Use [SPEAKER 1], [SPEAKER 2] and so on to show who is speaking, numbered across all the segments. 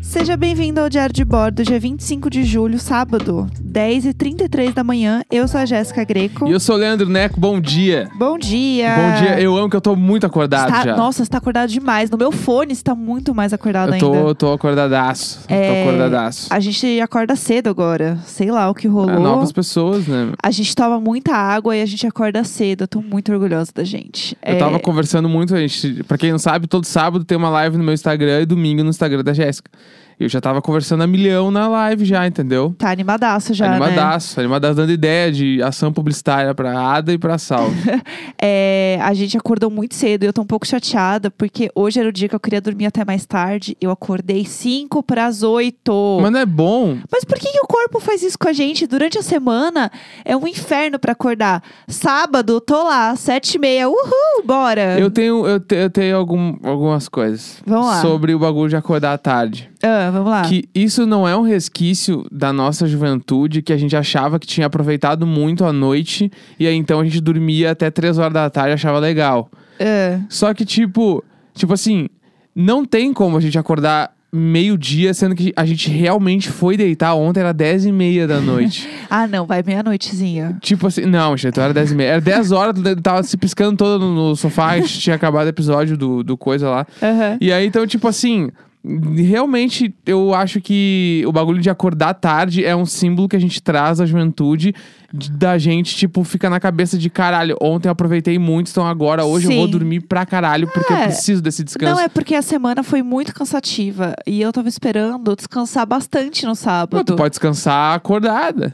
[SPEAKER 1] Seja bem-vindo ao Diário de Bordo, dia 25 de julho, sábado, 10h33 da manhã. Eu sou a Jéssica Greco.
[SPEAKER 2] E eu sou o Leandro Neco, bom dia.
[SPEAKER 1] Bom dia!
[SPEAKER 2] Bom dia, eu amo que eu tô muito acordado
[SPEAKER 1] É. Está-
[SPEAKER 2] já.
[SPEAKER 1] Nossa, você tá acordado demais. No meu fone você tá muito mais acordado
[SPEAKER 2] eu tô,
[SPEAKER 1] ainda.
[SPEAKER 2] eu tô acordadaço.
[SPEAKER 1] É,
[SPEAKER 2] Tô acordadaço.
[SPEAKER 1] A gente acorda cedo agora. Sei lá o que rolou.
[SPEAKER 2] É, novas pessoas, né?
[SPEAKER 1] A gente toma muita água e a gente acorda cedo. Eu tô muito orgulhosa da gente. É,
[SPEAKER 2] Eu tava conversando muito, a gente. Pra quem não sabe, todo sábado tem uma live no meu Instagram e domingo no Instagram da Jéssica. Eu já tava conversando a milhão na live já, entendeu?
[SPEAKER 1] Tá animadaço já, né?
[SPEAKER 2] animadaço, animadaço dando ideia de ação publicitária pra Ada e pra Sal.
[SPEAKER 1] É, a gente acordou muito cedo e eu tô um pouco chateada, porque hoje era o dia que eu queria dormir até mais tarde. Eu acordei 5 pras 8.
[SPEAKER 2] Mas não é bom.
[SPEAKER 1] Mas por que, que o corpo faz isso com a gente? Durante a semana é um inferno pra acordar. Sábado, tô lá, sete e meia, uhul, bora!
[SPEAKER 2] Eu tenho, eu te- eu tenho algum- algumas coisas
[SPEAKER 1] É. Vamos lá.
[SPEAKER 2] sobre o bagulho de acordar à tarde.
[SPEAKER 1] Ah, vamos lá.
[SPEAKER 2] Que isso não é um resquício da nossa juventude que a gente achava que tinha aproveitado muito a noite e aí então a gente dormia até três horas da tarde e achava legal.
[SPEAKER 1] Ah,
[SPEAKER 2] Só que, tipo, tipo assim, não tem como a gente acordar meio-dia, sendo que a gente realmente foi deitar ontem, era dez e meia da noite.
[SPEAKER 1] Ah, não, vai meia-noitezinha.
[SPEAKER 2] tipo assim, não, gente, era dez e meia. Era dez horas, tu tava se piscando todo no no sofá, a gente tinha acabado o episódio do, do coisa lá.
[SPEAKER 1] Aham.
[SPEAKER 2] E aí, então, tipo assim, realmente eu acho que o bagulho de acordar tarde é um símbolo que a gente traz da juventude, de- da gente, tipo, fica na cabeça de caralho. Ontem eu aproveitei muito, então agora hoje eu vou
[SPEAKER 1] Sim.
[SPEAKER 2] dormir pra caralho, porque eu
[SPEAKER 1] É.
[SPEAKER 2] preciso desse
[SPEAKER 1] Não,
[SPEAKER 2] descanso.
[SPEAKER 1] é porque a semana foi muito cansativa e eu tava esperando descansar bastante no
[SPEAKER 2] Pô,
[SPEAKER 1] sábado.
[SPEAKER 2] tu pode descansar acordada.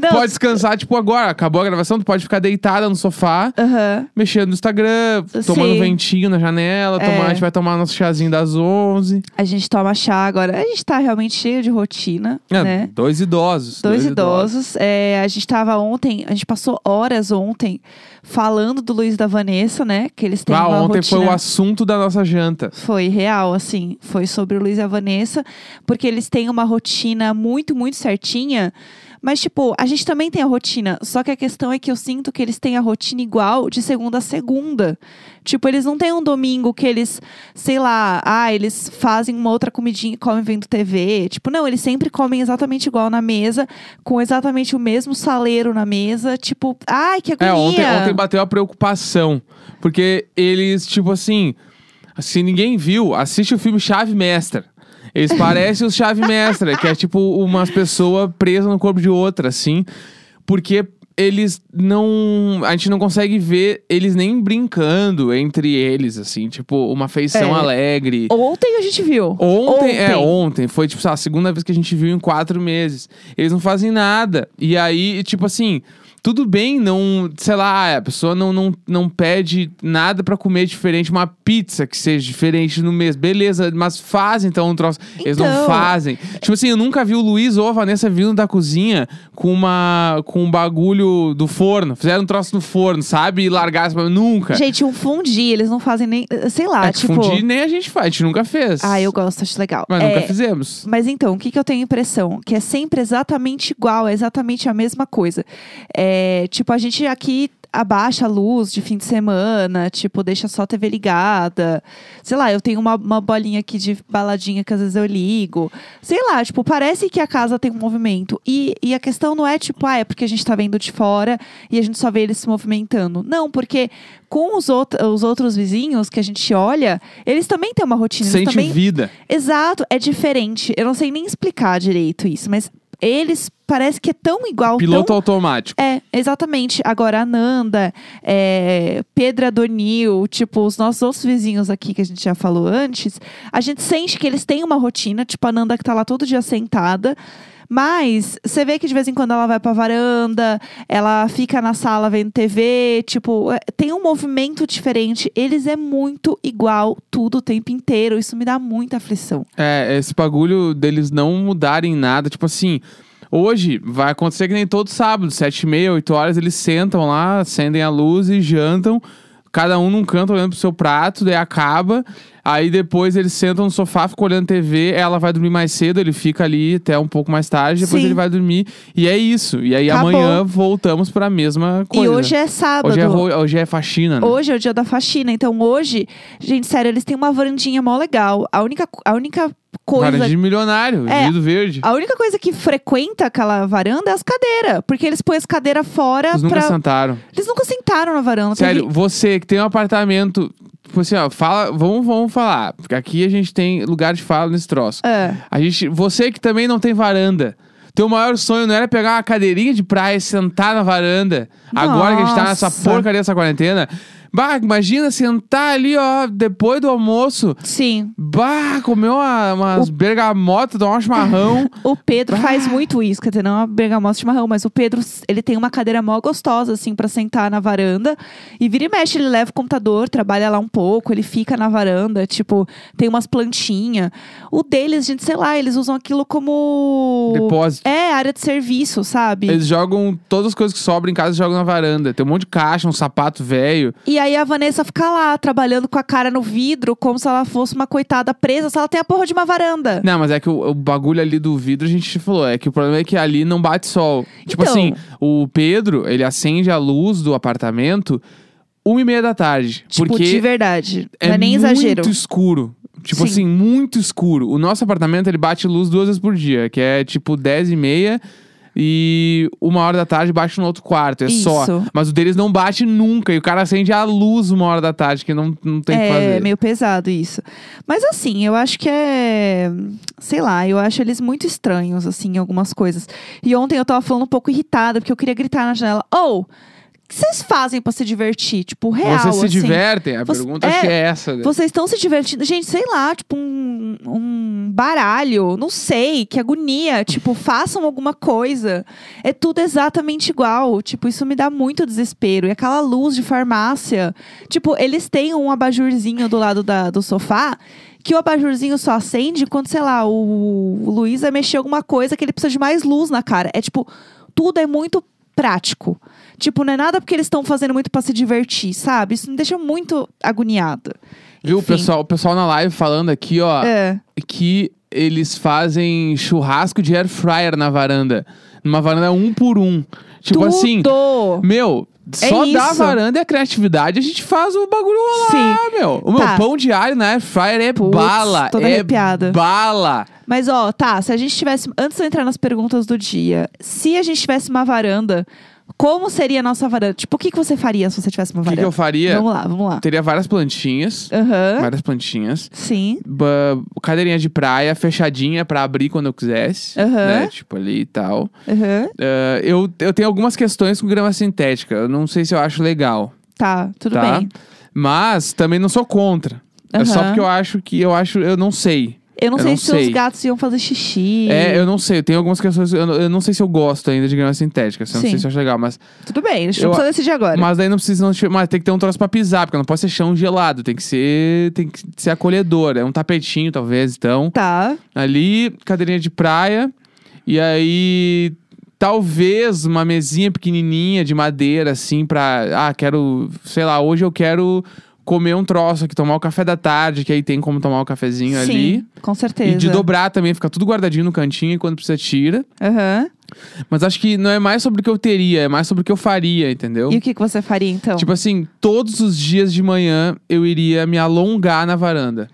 [SPEAKER 1] Não,
[SPEAKER 2] Pode descansar, tipo, agora. Acabou a gravação, tu pode ficar deitada no sofá,
[SPEAKER 1] aham.
[SPEAKER 2] mexendo no Instagram,
[SPEAKER 1] Sim.
[SPEAKER 2] tomando ventinho na janela.
[SPEAKER 1] É.
[SPEAKER 2] tomar- a gente vai tomar nosso chazinho das 11.
[SPEAKER 1] A gente toma chá agora. A gente tá realmente cheio de rotina,
[SPEAKER 2] É,
[SPEAKER 1] né?
[SPEAKER 2] Dois idosos.
[SPEAKER 1] Dois, idosos. É, a gente tava ontem, a gente passou horas ontem falando do Luiz e da Vanessa, né? Que eles têm
[SPEAKER 2] Ah,
[SPEAKER 1] uma
[SPEAKER 2] ontem
[SPEAKER 1] rotina...
[SPEAKER 2] foi o assunto da nossa janta.
[SPEAKER 1] Foi real, assim. Foi sobre o Luiz e a Vanessa, porque eles têm uma rotina muito, muito certinha. Mas, tipo, a gente também tem a rotina. Só que a questão é que eu sinto que eles têm a rotina igual de segunda a segunda. Tipo, eles não têm um domingo que eles, sei lá, ah, eles fazem uma outra comidinha e comem vendo TV. Tipo, não, eles sempre comem exatamente igual na mesa, com exatamente o mesmo saleiro na mesa. Tipo, ai, que agonia.
[SPEAKER 2] É, ontem, ontem bateu a preocupação. Porque eles, tipo assim, se ninguém viu, assiste o filme Chave Mestra. Eles parecem os Chave Mestra, que é tipo umas pessoas presas no corpo de outra, assim. Porque eles não. A gente não consegue ver eles nem brincando entre eles, assim. Tipo, uma feição
[SPEAKER 1] É.
[SPEAKER 2] alegre.
[SPEAKER 1] Ontem a gente viu.
[SPEAKER 2] Ontem, é, ontem. Foi, tipo, sei lá, a segunda vez que a gente viu em quatro meses. Eles não fazem nada. E aí, tipo assim, tudo bem não, sei lá, a pessoa não, não, não pede nada pra comer diferente, uma pizza que seja diferente no mês. Beleza, mas fazem então um troço. Eles não
[SPEAKER 1] Então.
[SPEAKER 2] fazem. Tipo assim, eu nunca vi o Luiz ou a Vanessa vindo da cozinha com uma com um bagulho do forno. Fizeram um troço no forno, sabe? E largasse pra nunca.
[SPEAKER 1] Gente, um fundi, eles não fazem nem. Sei lá,
[SPEAKER 2] é que
[SPEAKER 1] tipo.
[SPEAKER 2] fundir nem a gente faz, a gente nunca fez.
[SPEAKER 1] Ah, eu gosto, acho legal.
[SPEAKER 2] Mas
[SPEAKER 1] É,
[SPEAKER 2] nunca fizemos.
[SPEAKER 1] mas então, o que, que eu tenho impressão? Que é sempre exatamente igual, é exatamente a mesma coisa. É, tipo, a gente aqui abaixa a luz de fim de semana, tipo, deixa só a TV ligada. Sei lá, eu tenho uma, uma bolinha aqui de baladinha que às vezes eu ligo. Sei lá, tipo, parece que a casa tem um movimento. E, e a questão não é, tipo, ah, é porque a gente tá vendo de fora e a gente só vê eles se movimentando. Não, porque com os, out os outros vizinhos que a gente olha, eles também têm uma rotina. eles
[SPEAKER 2] Sente
[SPEAKER 1] também
[SPEAKER 2] vida.
[SPEAKER 1] Exato, é diferente. Eu não sei nem explicar direito isso, mas eles parece que é tão igual.
[SPEAKER 2] Piloto
[SPEAKER 1] Tão...
[SPEAKER 2] automático.
[SPEAKER 1] É, exatamente. Agora, a Nanda, é, Pedra Donil, tipo, os nossos outros vizinhos aqui que a gente já falou antes, a gente sente que eles têm uma rotina, tipo, a Nanda que tá lá todo dia sentada. Mas você vê que de vez em quando ela vai pra varanda, ela fica na sala vendo TV, tipo, é, tem um movimento diferente. Eles é muito igual tudo o tempo inteiro. Isso me dá muita aflição.
[SPEAKER 2] É, esse bagulho deles não mudarem nada. Tipo assim, hoje vai acontecer que nem todo sábado, sete e meia, oito horas, eles sentam lá, acendem a luz e jantam. Cada um num canto olhando pro seu prato, daí acaba. Aí depois eles sentam no sofá, ficam olhando TV, ela vai dormir mais cedo, ele fica ali até um pouco mais tarde, depois
[SPEAKER 1] Sim.
[SPEAKER 2] ele vai dormir. E é isso. E aí
[SPEAKER 1] Acabou.
[SPEAKER 2] amanhã voltamos pra mesma coisa.
[SPEAKER 1] E hoje é sábado.
[SPEAKER 2] Hoje é, ro- hoje é faxina, né?
[SPEAKER 1] Hoje é o dia da faxina, então hoje, gente, sério, eles têm uma varandinha mó legal. A única, co- a única
[SPEAKER 2] Varanda
[SPEAKER 1] coisa
[SPEAKER 2] de milionário,
[SPEAKER 1] É.
[SPEAKER 2] vidro verde.
[SPEAKER 1] A única coisa que frequenta aquela varanda é as cadeiras. Porque eles põem as cadeiras fora
[SPEAKER 2] Eles nunca
[SPEAKER 1] pra.
[SPEAKER 2] sentaram.
[SPEAKER 1] Eles nunca sentaram na varanda. porque
[SPEAKER 2] Sério, você que tem um apartamento. Tipo assim, ó, fala, vamos, vamos falar. Porque aqui a gente tem lugar de fala nesse troço.
[SPEAKER 1] É.
[SPEAKER 2] A gente, você que também não tem varanda. Teu maior sonho não era pegar uma cadeirinha de praia e sentar na varanda. Agora que a gente tá nessa
[SPEAKER 1] Nossa.
[SPEAKER 2] porcaria dessa quarentena. Bah, imagina sentar ali, ó, depois do almoço.
[SPEAKER 1] Sim.
[SPEAKER 2] Bah, comer uma, umas bergamotas, tomar um chimarrão.
[SPEAKER 1] O Pedro faz muito isso, quer dizer, não é uma bergamota de marrão, mas o Pedro, ele tem uma cadeira mó gostosa, assim, pra sentar na varanda. E vira e mexe, ele leva o computador, trabalha lá um pouco, ele fica na varanda, tipo, tem umas plantinhas. O deles, gente, sei lá, eles usam aquilo como.
[SPEAKER 2] Depósito.
[SPEAKER 1] É, área de serviço, sabe?
[SPEAKER 2] Eles jogam todas as coisas que sobram em casa e jogam na varanda. Tem um monte de caixa, um sapato velho.
[SPEAKER 1] E aí a Vanessa fica lá, trabalhando com a cara no vidro, como se ela fosse uma coitada presa, se ela tem a porra de uma varanda.
[SPEAKER 2] Não, mas é que o, o bagulho ali do vidro a gente falou. É que o problema é que ali não bate sol. Tipo
[SPEAKER 1] Então.
[SPEAKER 2] assim, o Pedro, ele acende a luz do apartamento uma e meia da tarde.
[SPEAKER 1] Tipo,
[SPEAKER 2] porque
[SPEAKER 1] de verdade.
[SPEAKER 2] é
[SPEAKER 1] não é nem
[SPEAKER 2] muito
[SPEAKER 1] exagero.
[SPEAKER 2] escuro. Tipo
[SPEAKER 1] Sim.
[SPEAKER 2] assim, muito escuro. O nosso apartamento, ele bate luz duas vezes por dia. Que é tipo dez e meia e uma hora da tarde bate no outro quarto. É só.
[SPEAKER 1] Isso.
[SPEAKER 2] Mas o deles não bate nunca. E o cara acende a luz uma hora da tarde, que não, não tem o que
[SPEAKER 1] É,
[SPEAKER 2] fazer.
[SPEAKER 1] meio pesado isso. Mas assim, eu acho que é. Sei lá, eu acho eles muito estranhos, assim, em algumas coisas. E ontem eu tava falando um pouco irritada, porque eu queria gritar na janela: Ou, o que vocês fazem pra se divertir? Tipo, real.
[SPEAKER 2] Vocês se
[SPEAKER 1] assim.
[SPEAKER 2] divertem? A
[SPEAKER 1] Você-
[SPEAKER 2] pergunta acho
[SPEAKER 1] é,
[SPEAKER 2] que é essa. né?
[SPEAKER 1] Vocês estão se divertindo. Gente, sei lá, tipo, um, um baralho. Não sei, que agonia. Tipo, façam alguma coisa. É tudo exatamente igual. Tipo, isso me dá muito desespero. E aquela luz de farmácia. Tipo, eles têm um abajurzinho do lado da- do sofá. Que o abajurzinho só acende quando, sei lá, o, o Luiz vai mexer alguma coisa que ele precisa de mais luz na cara. É tipo, tudo é muito prático. Tipo, não é nada porque eles estão fazendo muito pra se divertir, sabe? Isso me deixa muito agoniada.
[SPEAKER 2] Viu, o
[SPEAKER 1] Enfim.
[SPEAKER 2] pessoal, o pessoal na live falando aqui, ó,
[SPEAKER 1] É.
[SPEAKER 2] que eles fazem churrasco de air fryer na varanda. Numa varanda um por um. Tipo
[SPEAKER 1] Tudo.
[SPEAKER 2] assim, meu,
[SPEAKER 1] É
[SPEAKER 2] só da
[SPEAKER 1] isso.
[SPEAKER 2] varanda e a criatividade, a gente faz o bagulho rolar,
[SPEAKER 1] Sim.
[SPEAKER 2] meu. O meu
[SPEAKER 1] Tá.
[SPEAKER 2] pão diário na air fryer é
[SPEAKER 1] Putz,
[SPEAKER 2] bala.
[SPEAKER 1] toda
[SPEAKER 2] é
[SPEAKER 1] arrepiada.
[SPEAKER 2] bala.
[SPEAKER 1] Mas, ó, tá, se a gente tivesse. Antes de eu entrar nas perguntas do dia, se a gente tivesse uma varanda, como seria a nossa varanda? Tipo, o que, que você faria se você tivesse uma
[SPEAKER 2] O que, que
[SPEAKER 1] varanda?
[SPEAKER 2] eu faria?
[SPEAKER 1] Vamos lá, vamos lá.
[SPEAKER 2] Teria várias plantinhas.
[SPEAKER 1] Aham.
[SPEAKER 2] Várias plantinhas.
[SPEAKER 1] Sim.
[SPEAKER 2] ba- Cadeirinha de praia, fechadinha pra abrir quando eu quisesse.
[SPEAKER 1] Aham.
[SPEAKER 2] Né? Tipo ali e tal.
[SPEAKER 1] Aham.
[SPEAKER 2] Ah, eu, eu tenho algumas questões com grama sintética. Eu não sei se eu acho legal,
[SPEAKER 1] Tá, tudo
[SPEAKER 2] tá?
[SPEAKER 1] bem.
[SPEAKER 2] Mas também não sou contra. É só
[SPEAKER 1] Aham.
[SPEAKER 2] porque eu acho que eu acho, eu não sei.
[SPEAKER 1] Eu não
[SPEAKER 2] Eu
[SPEAKER 1] sei
[SPEAKER 2] não
[SPEAKER 1] se
[SPEAKER 2] sei.
[SPEAKER 1] seus gatos iam fazer xixi.
[SPEAKER 2] É, eu não sei. Eu tenho algumas questões. Eu, não- eu não sei se eu gosto ainda de grama sintética. assim, Eu não
[SPEAKER 1] Sim.
[SPEAKER 2] sei se eu acho legal, mas,
[SPEAKER 1] Tudo bem, deixa
[SPEAKER 2] Eu-
[SPEAKER 1] eu só decidir agora.
[SPEAKER 2] mas daí não precisa. Não, tiver- mas tem que ter um troço pra pisar, porque não pode ser chão gelado. Tem que ser, tem que ser acolhedor. É um tapetinho, talvez. Então
[SPEAKER 1] Tá.
[SPEAKER 2] ali, cadeirinha de praia, e aí talvez uma mesinha pequenininha de madeira, assim, pra. Ah, quero. Sei lá, hoje eu quero comer um troço aqui, tomar o café da tarde, que aí tem como tomar o cafezinho
[SPEAKER 1] Sim,
[SPEAKER 2] ali.
[SPEAKER 1] com certeza.
[SPEAKER 2] E de dobrar também, fica tudo guardadinho no cantinho e quando precisa tira.
[SPEAKER 1] Aham.
[SPEAKER 2] Mas acho que não é mais sobre o que eu teria, é mais sobre o que eu faria, entendeu?
[SPEAKER 1] E o que, que você faria então?
[SPEAKER 2] Tipo assim, todos os dias de manhã eu iria me alongar na varanda.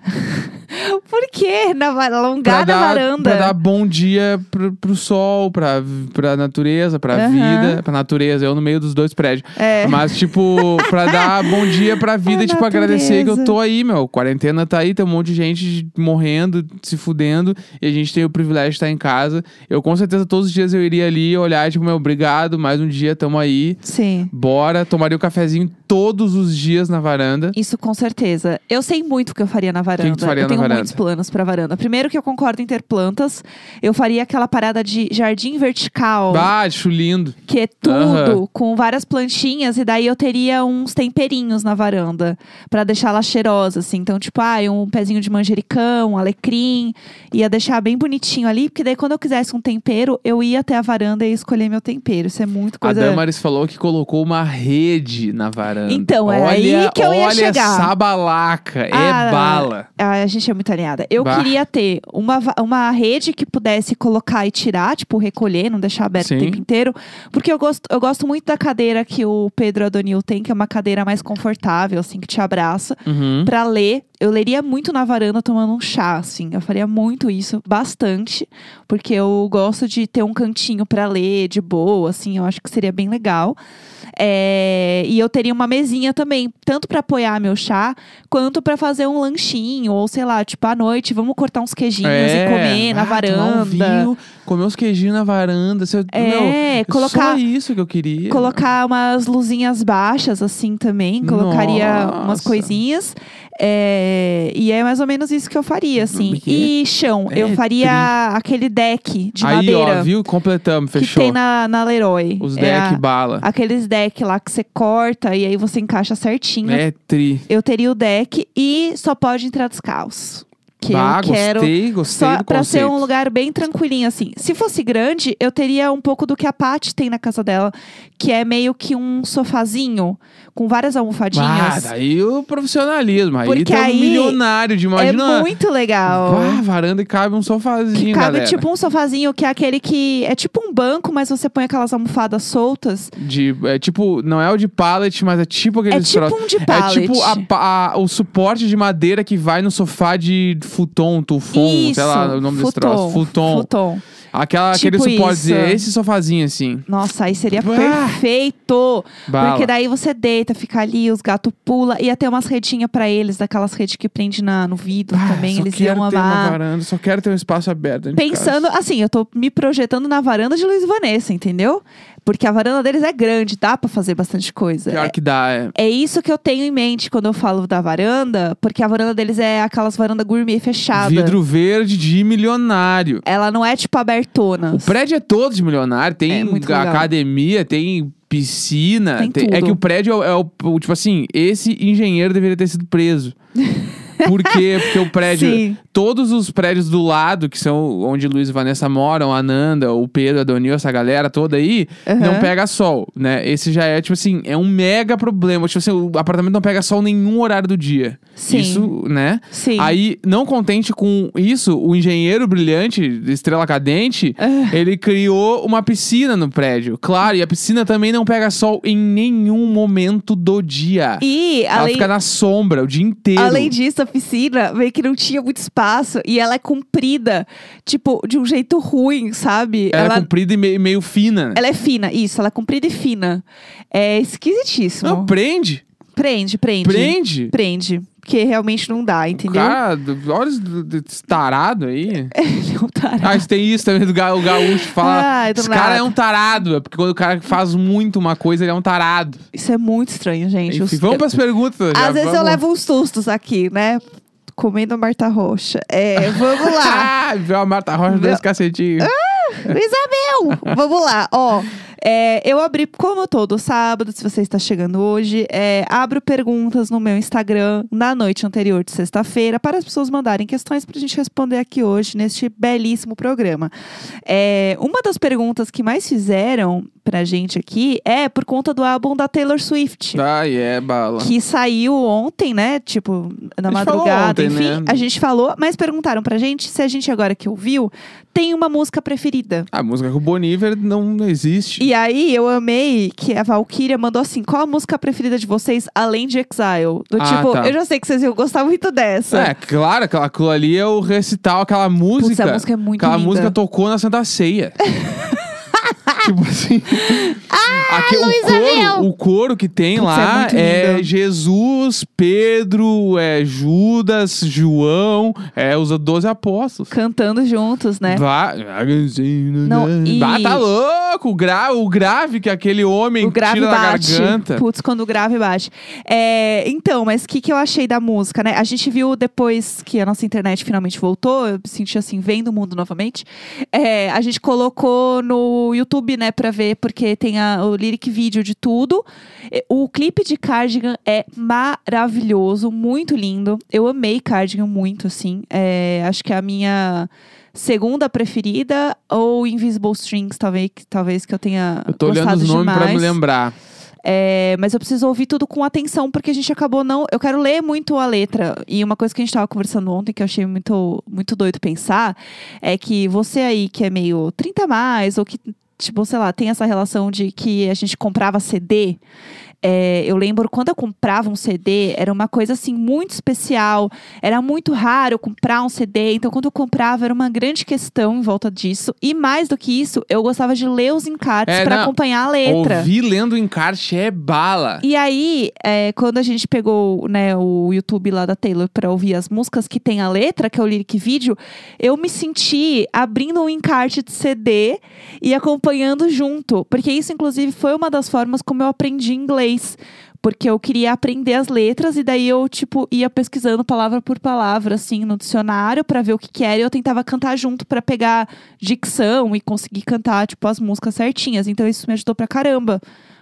[SPEAKER 1] Por que na va- alongar
[SPEAKER 2] pra
[SPEAKER 1] na
[SPEAKER 2] dar,
[SPEAKER 1] varanda?
[SPEAKER 2] pra dar bom dia pro, pro sol, pra, pra natureza, pra
[SPEAKER 1] Aham.
[SPEAKER 2] vida. Pra natureza, eu no meio dos dois prédios.
[SPEAKER 1] É.
[SPEAKER 2] Mas, tipo, pra dar bom dia pra vida,
[SPEAKER 1] A
[SPEAKER 2] tipo, agradecer que eu
[SPEAKER 1] natureza.
[SPEAKER 2] tô aí, meu. Quarentena tá aí, tem um monte de gente morrendo, se fudendo, e a gente tem o privilégio de estar em casa. Eu, com certeza, todos os dias eu iria ali olhar, tipo, meu, obrigado, mais um dia, tamo aí.
[SPEAKER 1] Sim.
[SPEAKER 2] Bora, tomaria o cafezinho todos os dias na varanda.
[SPEAKER 1] Isso com certeza. Eu sei muito o que eu faria na varanda.
[SPEAKER 2] que tu faria
[SPEAKER 1] eu
[SPEAKER 2] na
[SPEAKER 1] tenho
[SPEAKER 2] varanda?
[SPEAKER 1] muitos planos pra varanda. Primeiro que eu concordo em ter plantas. Eu faria aquela parada de jardim vertical,
[SPEAKER 2] Bah, acho lindo.
[SPEAKER 1] que é tudo,
[SPEAKER 2] Aham.
[SPEAKER 1] com várias plantinhas, e daí eu teria uns temperinhos na varanda pra deixar ela cheirosa, assim. Então, tipo, ah, um pezinho de manjericão, um alecrim, ia deixar bem bonitinho ali, porque daí quando eu quisesse um tempero, eu ia até a varanda e ia escolher meu tempero. Isso é muito coisa.
[SPEAKER 2] A Damaris falou que colocou uma rede na varanda.
[SPEAKER 1] Então, é
[SPEAKER 2] olha,
[SPEAKER 1] aí que eu ia
[SPEAKER 2] olha
[SPEAKER 1] chegar.
[SPEAKER 2] essa balaca, é
[SPEAKER 1] Ah,
[SPEAKER 2] bala.
[SPEAKER 1] Ah, a gente é muito alinhada. Eu
[SPEAKER 2] Bah.
[SPEAKER 1] queria ter uma, va- uma rede que pudesse colocar e tirar, tipo, recolher, não deixar aberto
[SPEAKER 2] Sim.
[SPEAKER 1] o tempo inteiro. Porque eu gosto, eu gosto muito da cadeira que o Pedro Adonil tem, que é uma cadeira mais confortável, assim, que te abraça,
[SPEAKER 2] Uhum.
[SPEAKER 1] pra ler eu leria muito na varanda tomando um chá, assim. Eu faria muito isso, bastante, porque eu gosto de ter um cantinho pra ler de boa, assim. Eu acho que seria bem legal. É, e eu teria uma mesinha também, tanto pra apoiar meu chá, quanto pra fazer um lanchinho, ou sei lá, tipo, à noite, vamos cortar uns queijinhos
[SPEAKER 2] É.
[SPEAKER 1] e comer na
[SPEAKER 2] Ah, tomar um
[SPEAKER 1] varanda.
[SPEAKER 2] vinho, comer uns queijinhos na varanda. Você,
[SPEAKER 1] É,
[SPEAKER 2] meu,
[SPEAKER 1] colocar-
[SPEAKER 2] Só isso que eu queria.
[SPEAKER 1] Colocar umas luzinhas baixas, assim, também. Colocaria umas
[SPEAKER 2] Nossa.
[SPEAKER 1] coisinhas. É, E é mais ou menos isso que eu faria, assim.
[SPEAKER 2] Porque é-
[SPEAKER 1] E chão,
[SPEAKER 2] é
[SPEAKER 1] eu faria aquele deck de
[SPEAKER 2] Aí,
[SPEAKER 1] madeira
[SPEAKER 2] ó, viu? Completamos,
[SPEAKER 1] que
[SPEAKER 2] fechou.
[SPEAKER 1] tem na, na Leroy.
[SPEAKER 2] Os
[SPEAKER 1] É
[SPEAKER 2] deck
[SPEAKER 1] a-
[SPEAKER 2] bala.
[SPEAKER 1] Aqueles deck lá que você corta e aí você encaixa certinho.
[SPEAKER 2] É tri.
[SPEAKER 1] Eu teria o deck e só pode entrar descalço. Que
[SPEAKER 2] bah,
[SPEAKER 1] eu quero
[SPEAKER 2] gostei, gostei
[SPEAKER 1] só
[SPEAKER 2] do
[SPEAKER 1] pra ser
[SPEAKER 2] conceito.
[SPEAKER 1] um lugar bem tranquilinho, assim. Se fosse grande, eu teria um pouco do que a Paty tem na casa dela, que é meio que um sofazinho com várias
[SPEAKER 2] Ah,
[SPEAKER 1] almofadinhas.
[SPEAKER 2] daí o profissionalismo. Aí
[SPEAKER 1] Porque
[SPEAKER 2] tá
[SPEAKER 1] aí
[SPEAKER 2] um milionário de imagina.
[SPEAKER 1] é muito legal.
[SPEAKER 2] Ah, varanda e cabe um sofazinho,
[SPEAKER 1] que cabe
[SPEAKER 2] galera.
[SPEAKER 1] tipo um sofazinho que é aquele que é tipo um banco, mas você põe aquelas almofadas soltas.
[SPEAKER 2] De, é tipo, não é o de pallet, mas é tipo aquele
[SPEAKER 1] é tipo um de
[SPEAKER 2] É
[SPEAKER 1] pallet.
[SPEAKER 2] tipo a pa- a- o suporte de madeira que vai no sofá de futon, tufon,
[SPEAKER 1] Isso,
[SPEAKER 2] sei lá o nome desse troço. Futon.
[SPEAKER 1] Futon.
[SPEAKER 2] Aquela,
[SPEAKER 1] Tipo
[SPEAKER 2] aquele suporte,
[SPEAKER 1] isso.
[SPEAKER 2] esse sofazinho assim.
[SPEAKER 1] Nossa, aí seria
[SPEAKER 2] Bah!
[SPEAKER 1] perfeito.
[SPEAKER 2] Bala.
[SPEAKER 1] Porque daí você deita, fica ali, os gatos pulam. Ia ter umas redinhas pra eles, daquelas redes que prende na, no vidro
[SPEAKER 2] Ah,
[SPEAKER 1] também.
[SPEAKER 2] só
[SPEAKER 1] Eles
[SPEAKER 2] quero
[SPEAKER 1] iam
[SPEAKER 2] ter uma
[SPEAKER 1] amar.
[SPEAKER 2] varanda, só quero ter um espaço aberto. dentro de
[SPEAKER 1] Pensando,
[SPEAKER 2] casa.
[SPEAKER 1] assim, eu tô me projetando na varanda de Luiz e Vanessa, entendeu? Porque a varanda deles é grande, dá pra fazer bastante coisa.
[SPEAKER 2] Pior
[SPEAKER 1] É,
[SPEAKER 2] que dá, é.
[SPEAKER 1] é isso que eu tenho em mente quando eu falo da varanda, porque a varanda deles é aquelas varandas gourmet fechada.
[SPEAKER 2] Vidro verde de milionário.
[SPEAKER 1] Ela não é tipo abertona.
[SPEAKER 2] O prédio é todo de milionário. Tem
[SPEAKER 1] É muito legal.
[SPEAKER 2] academia, tem piscina.
[SPEAKER 1] Tem
[SPEAKER 2] É
[SPEAKER 1] tudo.
[SPEAKER 2] que o prédio é o- é, o, o- Tipo assim, esse engenheiro deveria ter sido preso. Por quê? Porque o prédio.
[SPEAKER 1] Sim.
[SPEAKER 2] Todos os prédios do lado, que são onde Luiz e Vanessa moram, a Nanda, o Pedro, a Donil, essa galera toda aí,
[SPEAKER 1] Aham.
[SPEAKER 2] não pega sol, né? Esse já é, tipo assim, é um mega problema. Tipo assim, o apartamento não pega sol nenhum horário do dia.
[SPEAKER 1] Sim.
[SPEAKER 2] Isso, né?
[SPEAKER 1] Sim.
[SPEAKER 2] Aí, não contente com isso, o engenheiro brilhante, estrela cadente,
[SPEAKER 1] Ah.
[SPEAKER 2] ele criou uma piscina no prédio. Claro, e a piscina também não pega sol em nenhum momento do dia.
[SPEAKER 1] E,
[SPEAKER 2] Ela
[SPEAKER 1] além,
[SPEAKER 2] fica na sombra o dia inteiro.
[SPEAKER 1] Além disso, a piscina meio que não tinha muito espaço e ela é comprida, tipo, de um jeito ruim, sabe?
[SPEAKER 2] Ela, é
[SPEAKER 1] ela,
[SPEAKER 2] comprida e me- meio fina. né?
[SPEAKER 1] ela é fina, isso, ela é comprida e fina. É esquisitíssimo.
[SPEAKER 2] Não, prende.
[SPEAKER 1] prende, prende.
[SPEAKER 2] Prende.
[SPEAKER 1] Prende. Porque realmente não dá, entendeu?
[SPEAKER 2] Cara, do- olha esse do- desse tarado aí.
[SPEAKER 1] Ele é um tarado.
[SPEAKER 2] Ah, isso tem isso também do ga- o gaúcho fala.
[SPEAKER 1] Ah, é do
[SPEAKER 2] esse cara
[SPEAKER 1] nada.
[SPEAKER 2] é um tarado. É porque quando o cara faz muito uma coisa, ele é um tarado.
[SPEAKER 1] Isso é muito estranho, gente.
[SPEAKER 2] Enfim,
[SPEAKER 1] Os-
[SPEAKER 2] vamos pras perguntas. já,
[SPEAKER 1] Às vezes eu
[SPEAKER 2] vamos.
[SPEAKER 1] levo uns sustos aqui, né? Comendo a Marta Roxa. É, vamos lá.
[SPEAKER 2] Ah, viu a Marta Rocha
[SPEAKER 1] Meu-
[SPEAKER 2] desse cacetinho.
[SPEAKER 1] Isabel! Vamos lá, ó. é, eu abri, como todo sábado, se você está chegando hoje, é, abro perguntas no meu Instagram na noite anterior de sexta-feira para as pessoas mandarem questões para a gente responder aqui hoje neste belíssimo programa. É, uma das perguntas que mais fizeram pra gente aqui é por conta do álbum da Taylor Swift.
[SPEAKER 2] Ah, é, bala.
[SPEAKER 1] Que saiu ontem, né? Tipo, na
[SPEAKER 2] A gente falou
[SPEAKER 1] madrugada,
[SPEAKER 2] ontem,
[SPEAKER 1] enfim.
[SPEAKER 2] né?
[SPEAKER 1] A gente falou, mas perguntaram pra gente se a gente, agora que ouviu, tem uma música preferida.
[SPEAKER 2] A Ah, música com o Boniver não existe.
[SPEAKER 1] E aí eu amei que a Valkyria mandou assim: qual a música preferida de vocês além de Exile? Do
[SPEAKER 2] Ah,
[SPEAKER 1] tipo,
[SPEAKER 2] tá.
[SPEAKER 1] eu já sei que vocês iam gostar muito dessa.
[SPEAKER 2] É, claro, aquela, aquilo ali é o recital, aquela
[SPEAKER 1] Putz,
[SPEAKER 2] música.
[SPEAKER 1] a música é muito
[SPEAKER 2] aquela
[SPEAKER 1] linda.
[SPEAKER 2] música tocou na Santa Ceia. tipo assim. Aqui, o, coro, o coro que tem
[SPEAKER 1] Ah, Putz, é
[SPEAKER 2] lá
[SPEAKER 1] muito
[SPEAKER 2] é,
[SPEAKER 1] lindo.
[SPEAKER 2] Jesus, Pedro, é Judas, João, é os 12 apóstolos.
[SPEAKER 1] Cantando juntos, né?
[SPEAKER 2] Vá,
[SPEAKER 1] Não, e-
[SPEAKER 2] Vá, tá louco! O, gra, o grave que aquele homem
[SPEAKER 1] O grave
[SPEAKER 2] tira
[SPEAKER 1] bate.
[SPEAKER 2] da garganta.
[SPEAKER 1] Putz, quando o grave bate. É, então, mas o que, que eu achei da música, né? A gente viu depois que a nossa internet finalmente voltou, eu me senti assim, vendo o mundo novamente. É, a gente colocou no YouTube, né, pra ver, porque tem a- o lyric vídeo de tudo. E- É, O clipe de Cardigan é maravilhoso, muito lindo. Eu amei Cardigan muito, assim. É, acho que é a minha. Segunda preferida ou Invisible Strings, talvez, talvez que eu tenha
[SPEAKER 2] Eu tô olhando
[SPEAKER 1] gostado
[SPEAKER 2] os nomes pra me
[SPEAKER 1] demais.
[SPEAKER 2] lembrar.
[SPEAKER 1] É, mas eu preciso ouvir tudo com atenção, porque a gente acabou não. Eu quero ler muito a letra. E uma coisa que a gente tava conversando ontem, que eu achei muito, muito doido pensar, é que você aí que é meio 30 a mais, ou que, tipo, sei lá, tem essa relação de que a gente comprava CD. É, eu lembro quando eu comprava um CD, era uma coisa assim muito especial. Era muito raro eu comprar um CD. Então, quando eu comprava, era uma grande questão em volta disso. E mais do que isso, eu gostava de ler os encartes
[SPEAKER 2] É,
[SPEAKER 1] pra
[SPEAKER 2] não.
[SPEAKER 1] acompanhar a letra.
[SPEAKER 2] Ouvir lendo encarte é bala.
[SPEAKER 1] E aí, é, quando a gente pegou né, o YouTube lá da Taylor pra ouvir as músicas que tem a letra, que é o lyric video, eu me senti abrindo um encarte de CD e acompanhando junto. Porque isso, inclusive, foi uma das formas como eu aprendi inglês. Porque eu queria aprender as letras e daí eu, tipo, ia pesquisando palavra por palavra, assim, no dicionário pra ver o que que era. E eu tentava cantar junto pra pegar dicção e conseguir cantar, tipo, as músicas certinhas. Então isso me ajudou pra caramba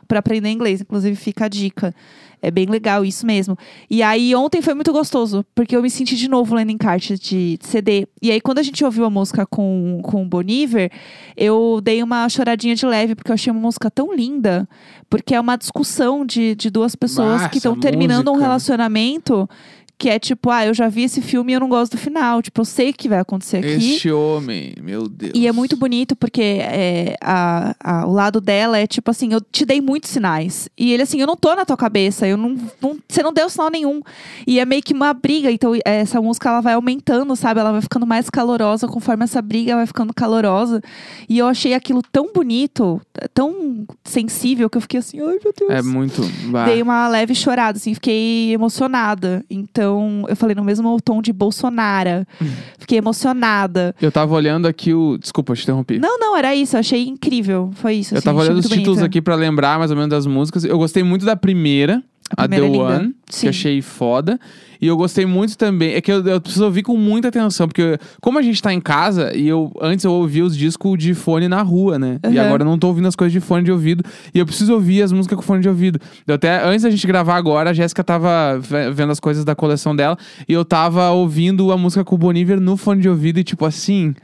[SPEAKER 1] pra aprender inglês. Inclusive, fica a dica. É bem legal, isso mesmo. E aí, ontem foi muito gostoso, porque eu me senti de novo lendo encarte de, de CD. E aí, quando a gente ouviu a música com, com o Boniver, eu dei uma choradinha de leve, porque eu achei uma música tão linda. Porque é uma discussão de, de duas pessoas
[SPEAKER 2] Bah,
[SPEAKER 1] que estão
[SPEAKER 2] essa
[SPEAKER 1] terminando um
[SPEAKER 2] música.
[SPEAKER 1] relacionamento. Que é tipo, ah, eu já vi esse filme e eu não gosto do final. Tipo, eu sei que vai acontecer aqui.
[SPEAKER 2] Este homem, meu Deus.
[SPEAKER 1] E é muito bonito porque é, a- a- o lado dela é tipo assim: eu te dei muitos sinais. E ele assim: eu não tô na tua cabeça, eu não, não- você não deu sinal nenhum. E é meio que uma briga. Então é, essa música ela vai aumentando, sabe? Ela vai ficando mais calorosa conforme essa briga vai ficando calorosa. E eu achei aquilo tão bonito, tão sensível, que eu fiquei assim: ai meu Deus.
[SPEAKER 2] É muito. bah.
[SPEAKER 1] Dei um- uma leve chorada, assim, fiquei emocionada. Então, eu falei no mesmo tom de Bolsonaro.
[SPEAKER 2] Hum.
[SPEAKER 1] Fiquei emocionada.
[SPEAKER 2] Eu tava olhando aqui o. Desculpa, te interrompi.
[SPEAKER 1] Não, não, era isso. Eu achei incrível. Foi isso.
[SPEAKER 2] eu
[SPEAKER 1] assim,
[SPEAKER 2] tava
[SPEAKER 1] achei
[SPEAKER 2] olhando os
[SPEAKER 1] muito
[SPEAKER 2] títulos
[SPEAKER 1] bonito.
[SPEAKER 2] aqui pra lembrar mais ou menos das músicas. Eu gostei muito da primeira,
[SPEAKER 1] A
[SPEAKER 2] a, The
[SPEAKER 1] primeira é linda.
[SPEAKER 2] One, que
[SPEAKER 1] Sim.
[SPEAKER 2] eu achei foda. E eu gostei muito também. É que eu, eu preciso ouvir com muita atenção, porque como a gente tá em casa, e eu antes eu ouvia os discos de fone na rua, né? E
[SPEAKER 1] Uhum.
[SPEAKER 2] agora eu não tô ouvindo as coisas de fone de ouvido. E eu preciso ouvir as músicas com fone de ouvido. Eu até, antes da gente gravar agora, a Jéssica tava ve- vendo as coisas da coleção dela. E eu tava ouvindo a música com o Boniver no fone de ouvido, e tipo assim.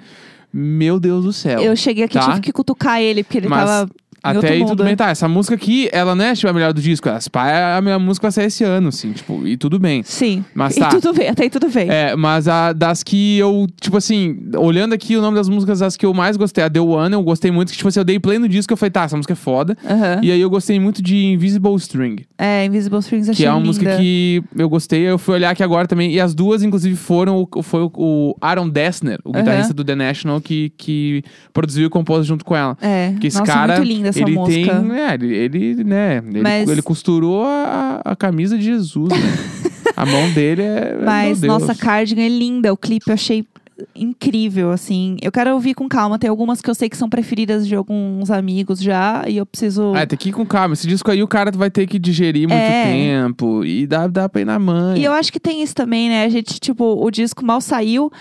[SPEAKER 2] Meu Deus do céu.
[SPEAKER 1] Eu cheguei aqui e
[SPEAKER 2] Tá.
[SPEAKER 1] tive que cutucar ele, porque ele
[SPEAKER 2] Mas
[SPEAKER 1] tava. em
[SPEAKER 2] Até
[SPEAKER 1] outro
[SPEAKER 2] aí
[SPEAKER 1] mundo.
[SPEAKER 2] tudo bem, tá. Essa música aqui, ela não é tipo, a melhor do disco. As pá, é a minha música vai sair esse ano, assim, tipo, e tudo bem.
[SPEAKER 1] Sim.
[SPEAKER 2] Mas
[SPEAKER 1] e
[SPEAKER 2] tá.
[SPEAKER 1] tudo bem, até aí tudo bem.
[SPEAKER 2] É, mas a, das que eu, tipo assim, olhando aqui o nome das músicas, as que eu mais gostei, a The One, eu gostei muito, que tipo assim, eu dei play no disco eu falei, tá, essa música é foda.
[SPEAKER 1] Aham.
[SPEAKER 2] E aí eu gostei muito de Invisible String,
[SPEAKER 1] É, Invisible Strings achei
[SPEAKER 2] que é uma
[SPEAKER 1] linda.
[SPEAKER 2] música que eu gostei, eu fui olhar aqui agora também. E as duas, inclusive, foram o, foi o, o Aaron Dessner, o
[SPEAKER 1] Aham.
[SPEAKER 2] guitarrista do The National, que, que produziu e compôs junto com ela.
[SPEAKER 1] É,
[SPEAKER 2] Porque esse
[SPEAKER 1] nossa,
[SPEAKER 2] cara,
[SPEAKER 1] muito linda essa
[SPEAKER 2] ele
[SPEAKER 1] música.
[SPEAKER 2] tem, né, ele, ele, né, ele,
[SPEAKER 1] Mas-
[SPEAKER 2] ele costurou a, a camisa de Jesus, né? a mão dele é,
[SPEAKER 1] Mas,
[SPEAKER 2] meu Deus.
[SPEAKER 1] nossa, Cardigan é linda. O clipe eu achei incrível, assim. Eu quero ouvir com calma. Tem algumas que eu sei que são preferidas de alguns amigos já. E eu preciso.
[SPEAKER 2] É, tem que ir com calma. Esse disco aí o cara vai ter que digerir muito
[SPEAKER 1] Tipo, É.
[SPEAKER 2] tempo. E dá, dá pra ir na mãe.
[SPEAKER 1] E eu acho que tem isso também, né? A gente, tipo, o disco mal saiu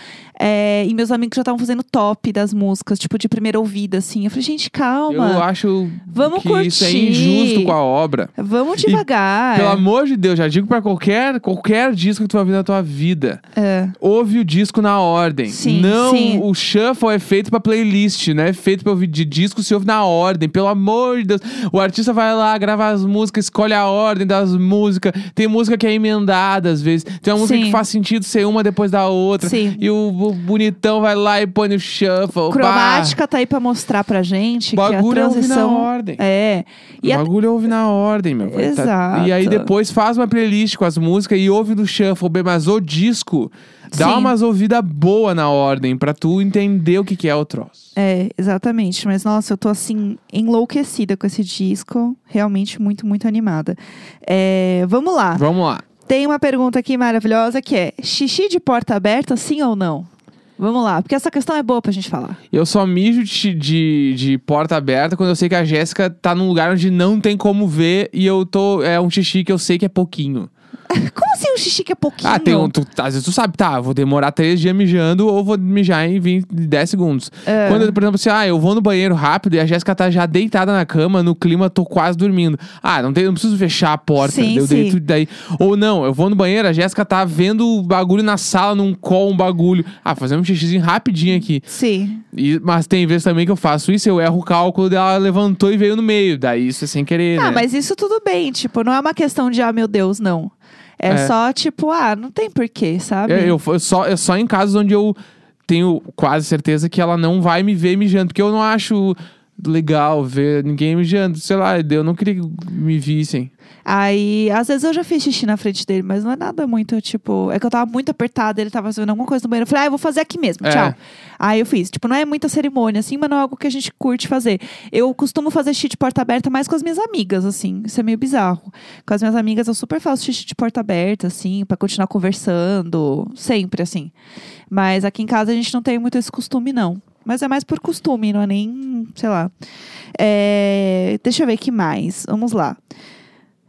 [SPEAKER 1] é, e meus amigos já estavam fazendo top das músicas, tipo, de primeira ouvida, assim. Eu falei, gente,
[SPEAKER 2] Eu
[SPEAKER 1] calma.
[SPEAKER 2] acho
[SPEAKER 1] Vamos
[SPEAKER 2] que isso é
[SPEAKER 1] curtir. Ah, é.
[SPEAKER 2] injusto com a obra.
[SPEAKER 1] Vamos
[SPEAKER 2] E,
[SPEAKER 1] devagar.
[SPEAKER 2] Pelo amor de Deus, já digo pra qualquer, qualquer disco que tu vai ouvir na tua vida.
[SPEAKER 1] É.
[SPEAKER 2] Ouve o disco na ordem.
[SPEAKER 1] Sim,
[SPEAKER 2] não,
[SPEAKER 1] sim.
[SPEAKER 2] o shuffle é feito pra playlist, não é feito pra ouvir de disco, se ouve na ordem. Pelo amor de Deus. O artista vai lá, grava as músicas, escolhe a ordem das músicas. Tem música que é emendada às vezes. Tem uma música
[SPEAKER 1] Sim.
[SPEAKER 2] que faz sentido ser uma depois da outra.
[SPEAKER 1] Sim.
[SPEAKER 2] E o, o bonitão vai lá e põe no shuffle.
[SPEAKER 1] Cromática tá aí pra mostrar pra gente
[SPEAKER 2] Bah,
[SPEAKER 1] que a
[SPEAKER 2] bagulho é ouvir na
[SPEAKER 1] transição.
[SPEAKER 2] ordem.
[SPEAKER 1] É. E
[SPEAKER 2] o
[SPEAKER 1] a-
[SPEAKER 2] bagulho é ouvir na ordem, meu. Vai tá-
[SPEAKER 1] Exato.
[SPEAKER 2] E aí depois faz uma playlist com as músicas e ouve no shuffle, bem, mas o disco dá
[SPEAKER 1] Sim.
[SPEAKER 2] umas ouvidas boa na ordem pra tu entender o que, que é o troço.
[SPEAKER 1] É, exatamente. Mas, nossa, eu tô assim, enlouquecida com esse disco. Realmente muito, muito animada. É, vamos lá.
[SPEAKER 2] Vamos lá.
[SPEAKER 1] Tem uma pergunta aqui maravilhosa que é: xixi de porta aberta, sim ou não? Vamos lá, porque essa questão é boa pra gente falar.
[SPEAKER 2] Eu só mijo de, de, de porta aberta quando eu sei que a Jéssica tá num lugar onde não tem como ver e eu tô. É um xixi que eu sei que é pouquinho.
[SPEAKER 1] Como assim um xixi que é pouquinho?
[SPEAKER 2] Ah, tem um. tu- às vezes tu sabe, tá, vou demorar três dias mijando ou vou mijar em 20, 10 segundos.
[SPEAKER 1] É.
[SPEAKER 2] Quando, por exemplo, assim, ah, eu vou no banheiro rápido e a Jéssica tá já deitada na cama, no clima, tô quase dormindo. Ah, não, tem, não preciso fechar a porta.
[SPEAKER 1] Sim,
[SPEAKER 2] eu
[SPEAKER 1] sim.
[SPEAKER 2] deito daí. Ou não, eu vou no banheiro, a Jéssica tá vendo o bagulho na sala, num call, um bagulho. Ah, fazer um xixizinho rapidinho aqui.
[SPEAKER 1] Sim.
[SPEAKER 2] E- mas tem vezes também que eu faço isso, eu erro o cálculo dela, levantou e veio no meio. Daí isso é sem querer.
[SPEAKER 1] Ah,
[SPEAKER 2] né?
[SPEAKER 1] mas isso tudo bem, tipo, não é uma questão de, ah, meu Deus, não. É,
[SPEAKER 2] É.
[SPEAKER 1] só, tipo, ah, não tem porquê, sabe?
[SPEAKER 2] Eu, eu- eu só, eu só em casos onde eu tenho quase certeza que ela não vai me ver mijando, porque eu não acho legal ver ninguém mijando. Sei lá, eu não queria que me vissem.
[SPEAKER 1] Aí, às vezes eu já fiz xixi na frente dele, mas não é nada muito, tipo. É que eu tava muito apertada, ele tava fazendo alguma coisa no banheiro. Eu falei, ah, eu vou fazer aqui mesmo,
[SPEAKER 2] É.
[SPEAKER 1] tchau. Aí eu fiz. Tipo, não é muita cerimônia, assim, mas não é algo que a gente curte fazer. Eu costumo fazer xixi de porta aberta mais com as minhas amigas, assim. Isso é meio bizarro. Com as minhas amigas eu super faço xixi de porta aberta, assim, pra continuar conversando. Sempre, assim. Mas aqui em casa a gente não tem muito esse costume, não. Mas é mais por costume, não é nem, sei lá. É, deixa eu ver que mais. Vamos lá.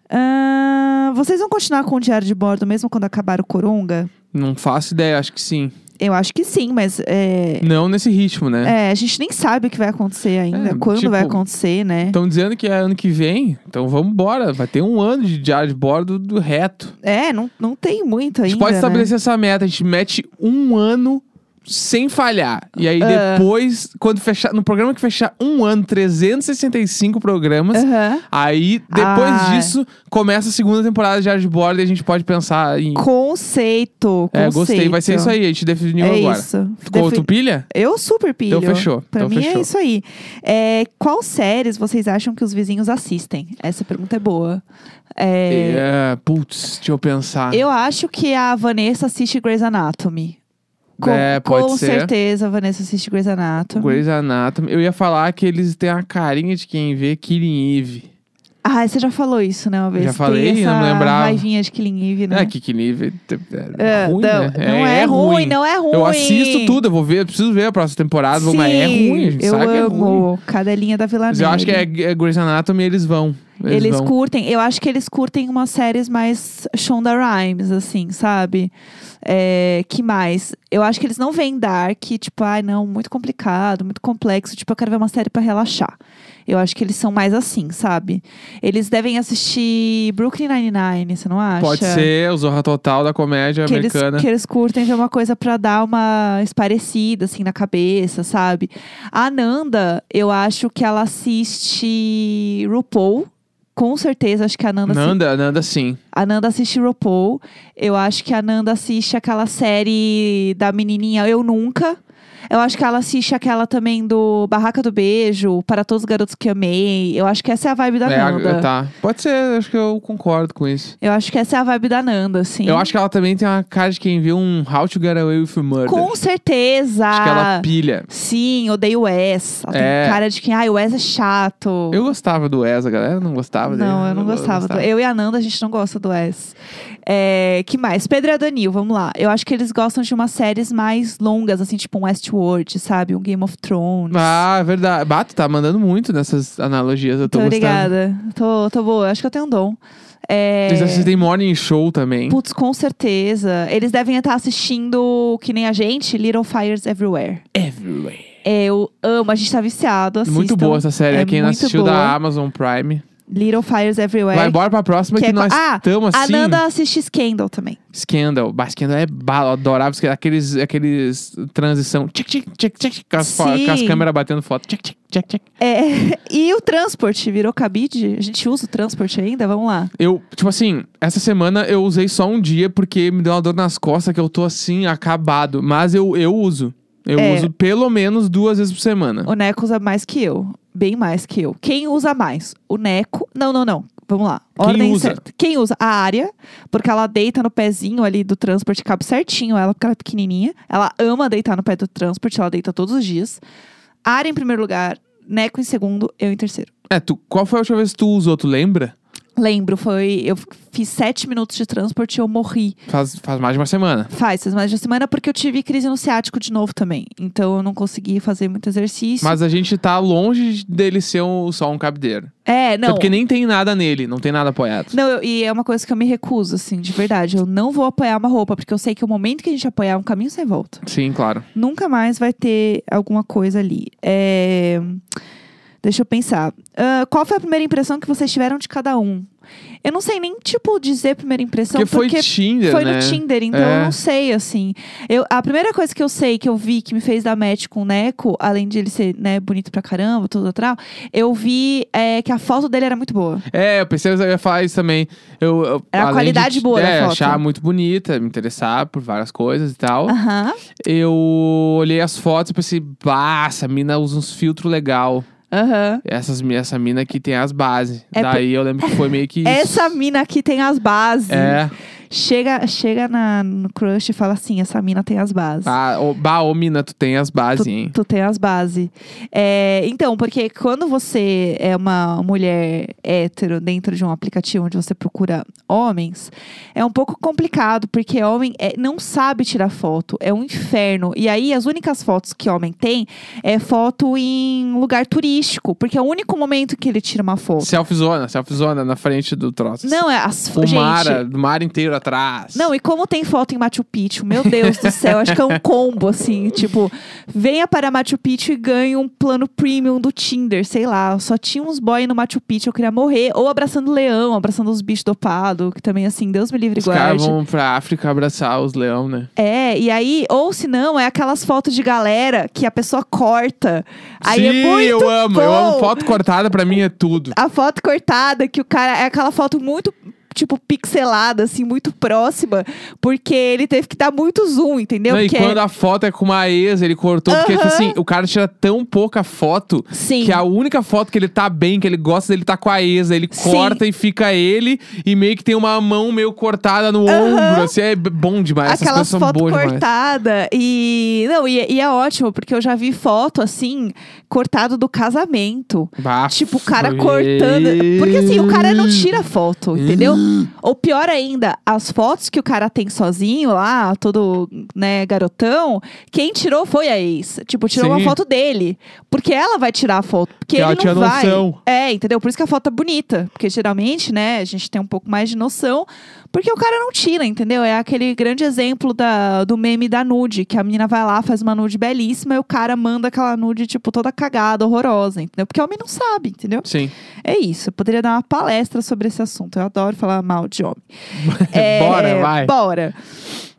[SPEAKER 1] Ah, vocês vão continuar com o diário de bordo mesmo quando acabar o Coronga?
[SPEAKER 2] Não faço ideia, acho que sim.
[SPEAKER 1] Eu acho que sim, mas é,
[SPEAKER 2] Não nesse ritmo, né?
[SPEAKER 1] é, a gente nem sabe o que vai acontecer ainda,
[SPEAKER 2] É,
[SPEAKER 1] quando
[SPEAKER 2] tipo,
[SPEAKER 1] vai acontecer, né?
[SPEAKER 2] Estão dizendo que é ano que vem, então vamos embora. Vai ter um ano de diário de bordo do reto.
[SPEAKER 1] É, não, não tem muito
[SPEAKER 2] A
[SPEAKER 1] ainda.
[SPEAKER 2] gente pode
[SPEAKER 1] né?
[SPEAKER 2] estabelecer essa meta, a gente mete um ano sem falhar. E aí
[SPEAKER 1] Ah.
[SPEAKER 2] depois, quando fechar, no programa que fechar um ano, 365 programas,
[SPEAKER 1] Aham.
[SPEAKER 2] aí depois
[SPEAKER 1] Ah.
[SPEAKER 2] disso começa a segunda temporada de Diário de Bordo e a gente pode pensar em.
[SPEAKER 1] Conceito, conceito.
[SPEAKER 2] É, gostei, vai ser isso aí, a gente definiu
[SPEAKER 1] É
[SPEAKER 2] agora.
[SPEAKER 1] isso.
[SPEAKER 2] Ficou
[SPEAKER 1] Defi-
[SPEAKER 2] tu pilha?
[SPEAKER 1] Eu super pilho.
[SPEAKER 2] Então fechou,
[SPEAKER 1] Pra
[SPEAKER 2] então
[SPEAKER 1] mim é
[SPEAKER 2] fechou.
[SPEAKER 1] isso aí. É, qual séries vocês acham que os vizinhos assistem? Essa pergunta é boa. É,
[SPEAKER 2] É, putz, deixa eu pensar.
[SPEAKER 1] Eu acho que a Vanessa assiste Grey's Anatomy. Com,
[SPEAKER 2] É, pode
[SPEAKER 1] com
[SPEAKER 2] ser.
[SPEAKER 1] certeza a Vanessa assiste Grey's Anatomy.
[SPEAKER 2] Grey's Anatomy. Eu ia falar que eles têm a carinha de quem vê Killing Eve.
[SPEAKER 1] Ah, você já falou isso, né, uma vez.
[SPEAKER 2] Já
[SPEAKER 1] Tem
[SPEAKER 2] falei,
[SPEAKER 1] essa
[SPEAKER 2] não lembrava.
[SPEAKER 1] raivinha de Killing Eve, né?
[SPEAKER 2] É, que Killing Eve é,
[SPEAKER 1] É,
[SPEAKER 2] ruim,
[SPEAKER 1] não,
[SPEAKER 2] né?
[SPEAKER 1] não é, ruim, não é ruim.
[SPEAKER 2] Eu assisto tudo, eu vou ver, eu preciso ver a próxima temporada, vou-
[SPEAKER 1] Sim,
[SPEAKER 2] mas é ruim, a gente
[SPEAKER 1] eu
[SPEAKER 2] sabe que é ruim.
[SPEAKER 1] amo. Cadelinha da Vila
[SPEAKER 2] Mas
[SPEAKER 1] Negra.
[SPEAKER 2] eu acho que é, é Grey's Anatomy eles vão. Eles,
[SPEAKER 1] Eles
[SPEAKER 2] vão.
[SPEAKER 1] curtem, eu acho que eles curtem umas séries mais Shonda Rhimes, assim, sabe? É, que mais? Eu acho que eles não veem Dark, tipo, ai não, muito complicado, muito complexo, tipo, eu quero ver uma série pra relaxar. Eu acho que eles são mais assim, sabe? Eles devem assistir Brooklyn Nine-Nine, você não acha?
[SPEAKER 2] Pode ser o Zorra Total da comédia
[SPEAKER 1] que eles,
[SPEAKER 2] americana.
[SPEAKER 1] que eles curtem ver uma coisa pra dar uma esparecida, assim, na cabeça, sabe? A Nanda, eu acho que ela assiste RuPaul. Com certeza, acho que a Nanda, assi-
[SPEAKER 2] Nanda, Nanda sim.
[SPEAKER 1] a Nanda assiste RuPaul. Eu acho que a Nanda assiste aquela série da menininha Eu Nunca. Eu acho que ela assiste aquela também do Barraca do Beijo, Para Todos os Garotos Que Amei. Eu acho que essa é a vibe da
[SPEAKER 2] É, a-
[SPEAKER 1] Nanda.
[SPEAKER 2] tá. Pode ser, acho que eu concordo com isso.
[SPEAKER 1] Eu acho que essa é a vibe da Nanda, assim.
[SPEAKER 2] Eu acho que ela também tem uma cara de quem viu um How to Get Away with Murder.
[SPEAKER 1] Com Ah. certeza!
[SPEAKER 2] Acho que ela pilha.
[SPEAKER 1] Sim, odeio o Wes. Ela
[SPEAKER 2] É.
[SPEAKER 1] tem cara de quem, ai, o Wes é chato.
[SPEAKER 2] Eu gostava do Wes, a galera não gostava dele.
[SPEAKER 1] não, eu não gostava. do- Eu e a Nanda, a gente não gosta do Wes. É, que mais? Pedro e a Danil, vamos lá. Eu acho que eles gostam de umas séries mais longas, assim, tipo um Westworld, sabe? Um Game of Thrones.
[SPEAKER 2] Ah, é verdade. Bato, tá mandando muito nessas analogias, eu tô
[SPEAKER 1] Muito
[SPEAKER 2] gostando.
[SPEAKER 1] obrigada. Tô, tô boa, acho que eu tenho um dom. É,
[SPEAKER 2] Eles assistem Morning Show também.
[SPEAKER 1] Putz, com certeza. Eles devem estar assistindo, que nem a gente, Little Fires Everywhere.
[SPEAKER 2] Everywhere.
[SPEAKER 1] É, eu amo, a gente tá viciado, assistam.
[SPEAKER 2] Muito boa essa série.
[SPEAKER 1] É
[SPEAKER 2] Quem não
[SPEAKER 1] muito
[SPEAKER 2] assistiu
[SPEAKER 1] boa.
[SPEAKER 2] da Amazon Prime.
[SPEAKER 1] Little Fires Everywhere.
[SPEAKER 2] Vai embora pra próxima que,
[SPEAKER 1] Que é
[SPEAKER 2] nós
[SPEAKER 1] co- Ah,
[SPEAKER 2] estamos
[SPEAKER 1] A
[SPEAKER 2] assim.
[SPEAKER 1] Nanda assiste Scandal também.
[SPEAKER 2] Scandal. Bah, Scandal é bala. Eu adorava Scandal. Aqueles, aqueles transição. Tchic, tchic, tchic, tchic, tchic, com, as, fo-
[SPEAKER 1] Sim.
[SPEAKER 2] com as câmeras batendo foto. Tchic, tchic, tchic, tchic.
[SPEAKER 1] É, e o transporte virou cabide? A gente usa o transporte ainda? Vamos lá.
[SPEAKER 2] Eu, tipo assim, essa semana eu usei só um dia porque me deu uma dor nas costas que eu tô assim, acabado. Mas eu, eu uso. Eu
[SPEAKER 1] É.
[SPEAKER 2] uso pelo menos duas vezes por semana.
[SPEAKER 1] O Neco usa mais que eu. Bem mais que eu. Quem usa mais? O Neco. Não, não, não. Vamos lá.
[SPEAKER 2] Quem
[SPEAKER 1] Ordem
[SPEAKER 2] usa?
[SPEAKER 1] certa. Quem usa? A área, porque ela deita no pezinho ali do transporte, cabe certinho ela, porque ela é pequenininha. Ela ama deitar no pé do transporte, ela deita todos os dias. Área em primeiro lugar, Neco em segundo, eu em terceiro.
[SPEAKER 2] É, tu, qual foi a última vez que tu usou? Tu lembra?
[SPEAKER 1] Lembro, foi. Eu fiz sete minutos de transporte e eu morri.
[SPEAKER 2] Faz, faz mais de uma semana.
[SPEAKER 1] Faz, faz mais de uma semana, porque eu tive crise no ciático de novo também. Então eu não consegui fazer muito exercício.
[SPEAKER 2] Mas a gente tá longe dele ser um- só um cabideiro.
[SPEAKER 1] é,
[SPEAKER 2] Até
[SPEAKER 1] não.
[SPEAKER 2] porque nem tem nada nele, não tem nada apoiado.
[SPEAKER 1] Não, eu- e é uma coisa que eu me recuso, assim, de verdade. Eu não vou apoiar uma roupa, porque eu sei que o momento que a gente apoiar é um caminho sem volta.
[SPEAKER 2] Sim, claro.
[SPEAKER 1] Nunca mais vai ter alguma coisa ali. É, Deixa eu pensar. Ah, qual foi a primeira impressão que vocês tiveram de cada um? Eu não sei nem, tipo, dizer primeira impressão,
[SPEAKER 2] porque foi
[SPEAKER 1] porque
[SPEAKER 2] Tinder,
[SPEAKER 1] Foi
[SPEAKER 2] né?
[SPEAKER 1] no Tinder, então
[SPEAKER 2] É.
[SPEAKER 1] eu não sei, assim. Eu, a primeira coisa que eu sei, que eu vi, que me fez dar match com o Neco, além de ele ser, né, bonito pra caramba, tudo atrás, eu vi é, que a foto dele era muito boa.
[SPEAKER 2] É, eu pensei que eu ia falar isso também. Eu, eu,
[SPEAKER 1] É a
[SPEAKER 2] além
[SPEAKER 1] qualidade
[SPEAKER 2] de,
[SPEAKER 1] boa da
[SPEAKER 2] é,
[SPEAKER 1] foto.
[SPEAKER 2] achar muito bonita, me interessar por várias coisas e tal.
[SPEAKER 1] Aham.
[SPEAKER 2] Eu olhei as fotos e pensei, bah, essa mina usa uns filtros legal.
[SPEAKER 1] Aham.
[SPEAKER 2] Essas, mi- essa mina aqui tem as bases.
[SPEAKER 1] É
[SPEAKER 2] Daí eu lembro que foi meio que isso.
[SPEAKER 1] Essa mina aqui tem as bases.
[SPEAKER 2] É.
[SPEAKER 1] Chega, chega na, no crush e fala assim: essa mina tem as bases.
[SPEAKER 2] Ah, ô, bah, ô mina, tu tem as bases, hein?
[SPEAKER 1] Tu tem as bases. É, então, porque quando você é uma mulher hétero dentro de um aplicativo onde você procura homens, é um pouco complicado, porque homem é- não sabe tirar foto. É um inferno. E aí, as únicas fotos que homem tem é foto em lugar turístico, porque é o único momento que ele tira uma foto.
[SPEAKER 2] Selfzona, selfzona na frente do troço.
[SPEAKER 1] Não, é as fotos.
[SPEAKER 2] Fumara, do mar inteiro atrás.
[SPEAKER 1] Não, e como tem foto em Machu Picchu, meu Deus do céu, acho que é um combo, assim, tipo, venha para Machu Picchu e ganhe um plano premium do Tinder, sei lá. Só tinha uns boy no Machu Picchu, eu queria morrer. Ou abraçando leão, abraçando os bichos dopados, que também, assim, Deus me livre e
[SPEAKER 2] Os caras
[SPEAKER 1] guarde.
[SPEAKER 2] vão pra África abraçar os leão, né?
[SPEAKER 1] É, e aí, ou se não, é aquelas fotos de galera que a pessoa corta. Aí
[SPEAKER 2] Sim,
[SPEAKER 1] é muito
[SPEAKER 2] eu amo. Eu
[SPEAKER 1] bom.
[SPEAKER 2] amo foto cortada, pra mim é tudo.
[SPEAKER 1] A foto cortada, que o cara. É aquela foto muito, tipo, pixelada, assim, muito próxima, porque ele teve que dar muito zoom, entendeu?
[SPEAKER 2] Não, e
[SPEAKER 1] Porque é-
[SPEAKER 2] quando a foto é com uma ex, ele cortou, porque tipo assim, o cara tira tão pouca foto
[SPEAKER 1] Sim.
[SPEAKER 2] que a única foto que ele tá bem, que ele gosta dele tá com a ex, ele
[SPEAKER 1] Sim.
[SPEAKER 2] corta e fica ele, e meio que tem uma mão meio cortada no ombro, assim, é b- bom demais.
[SPEAKER 1] Aquelas
[SPEAKER 2] Essas coisas são
[SPEAKER 1] fotos
[SPEAKER 2] boas demais.
[SPEAKER 1] cortadas. E. Não, e, e é ótimo, porque eu já vi foto, assim, cortado do casamento.
[SPEAKER 2] Bah,
[SPEAKER 1] Tipo, o cara
[SPEAKER 2] foi-
[SPEAKER 1] cortando. Porque assim, o cara não tira foto, entendeu?
[SPEAKER 2] Hum.
[SPEAKER 1] Ou pior ainda, as fotos que o cara tem sozinho lá, todo, né, garotão, quem tirou foi a ex. Tipo, tirou
[SPEAKER 2] Sim.
[SPEAKER 1] uma foto dele. Porque ela vai tirar a foto. Porque
[SPEAKER 2] Que ela
[SPEAKER 1] ele
[SPEAKER 2] tinha
[SPEAKER 1] não vai.
[SPEAKER 2] noção.
[SPEAKER 1] É, entendeu? Por isso que a foto é bonita. Porque geralmente, né, a gente tem um pouco mais de noção. Porque o cara não tira, entendeu? É aquele grande exemplo da, do meme da nude, que a menina vai lá, faz uma nude belíssima e o cara manda aquela nude, tipo, toda cagada, horrorosa, entendeu? Porque o homem não sabe, entendeu?
[SPEAKER 2] Sim.
[SPEAKER 1] É isso. Eu poderia dar uma palestra sobre esse assunto. Eu adoro falar mal de homem. É,
[SPEAKER 2] Bora, vai.
[SPEAKER 1] Bora.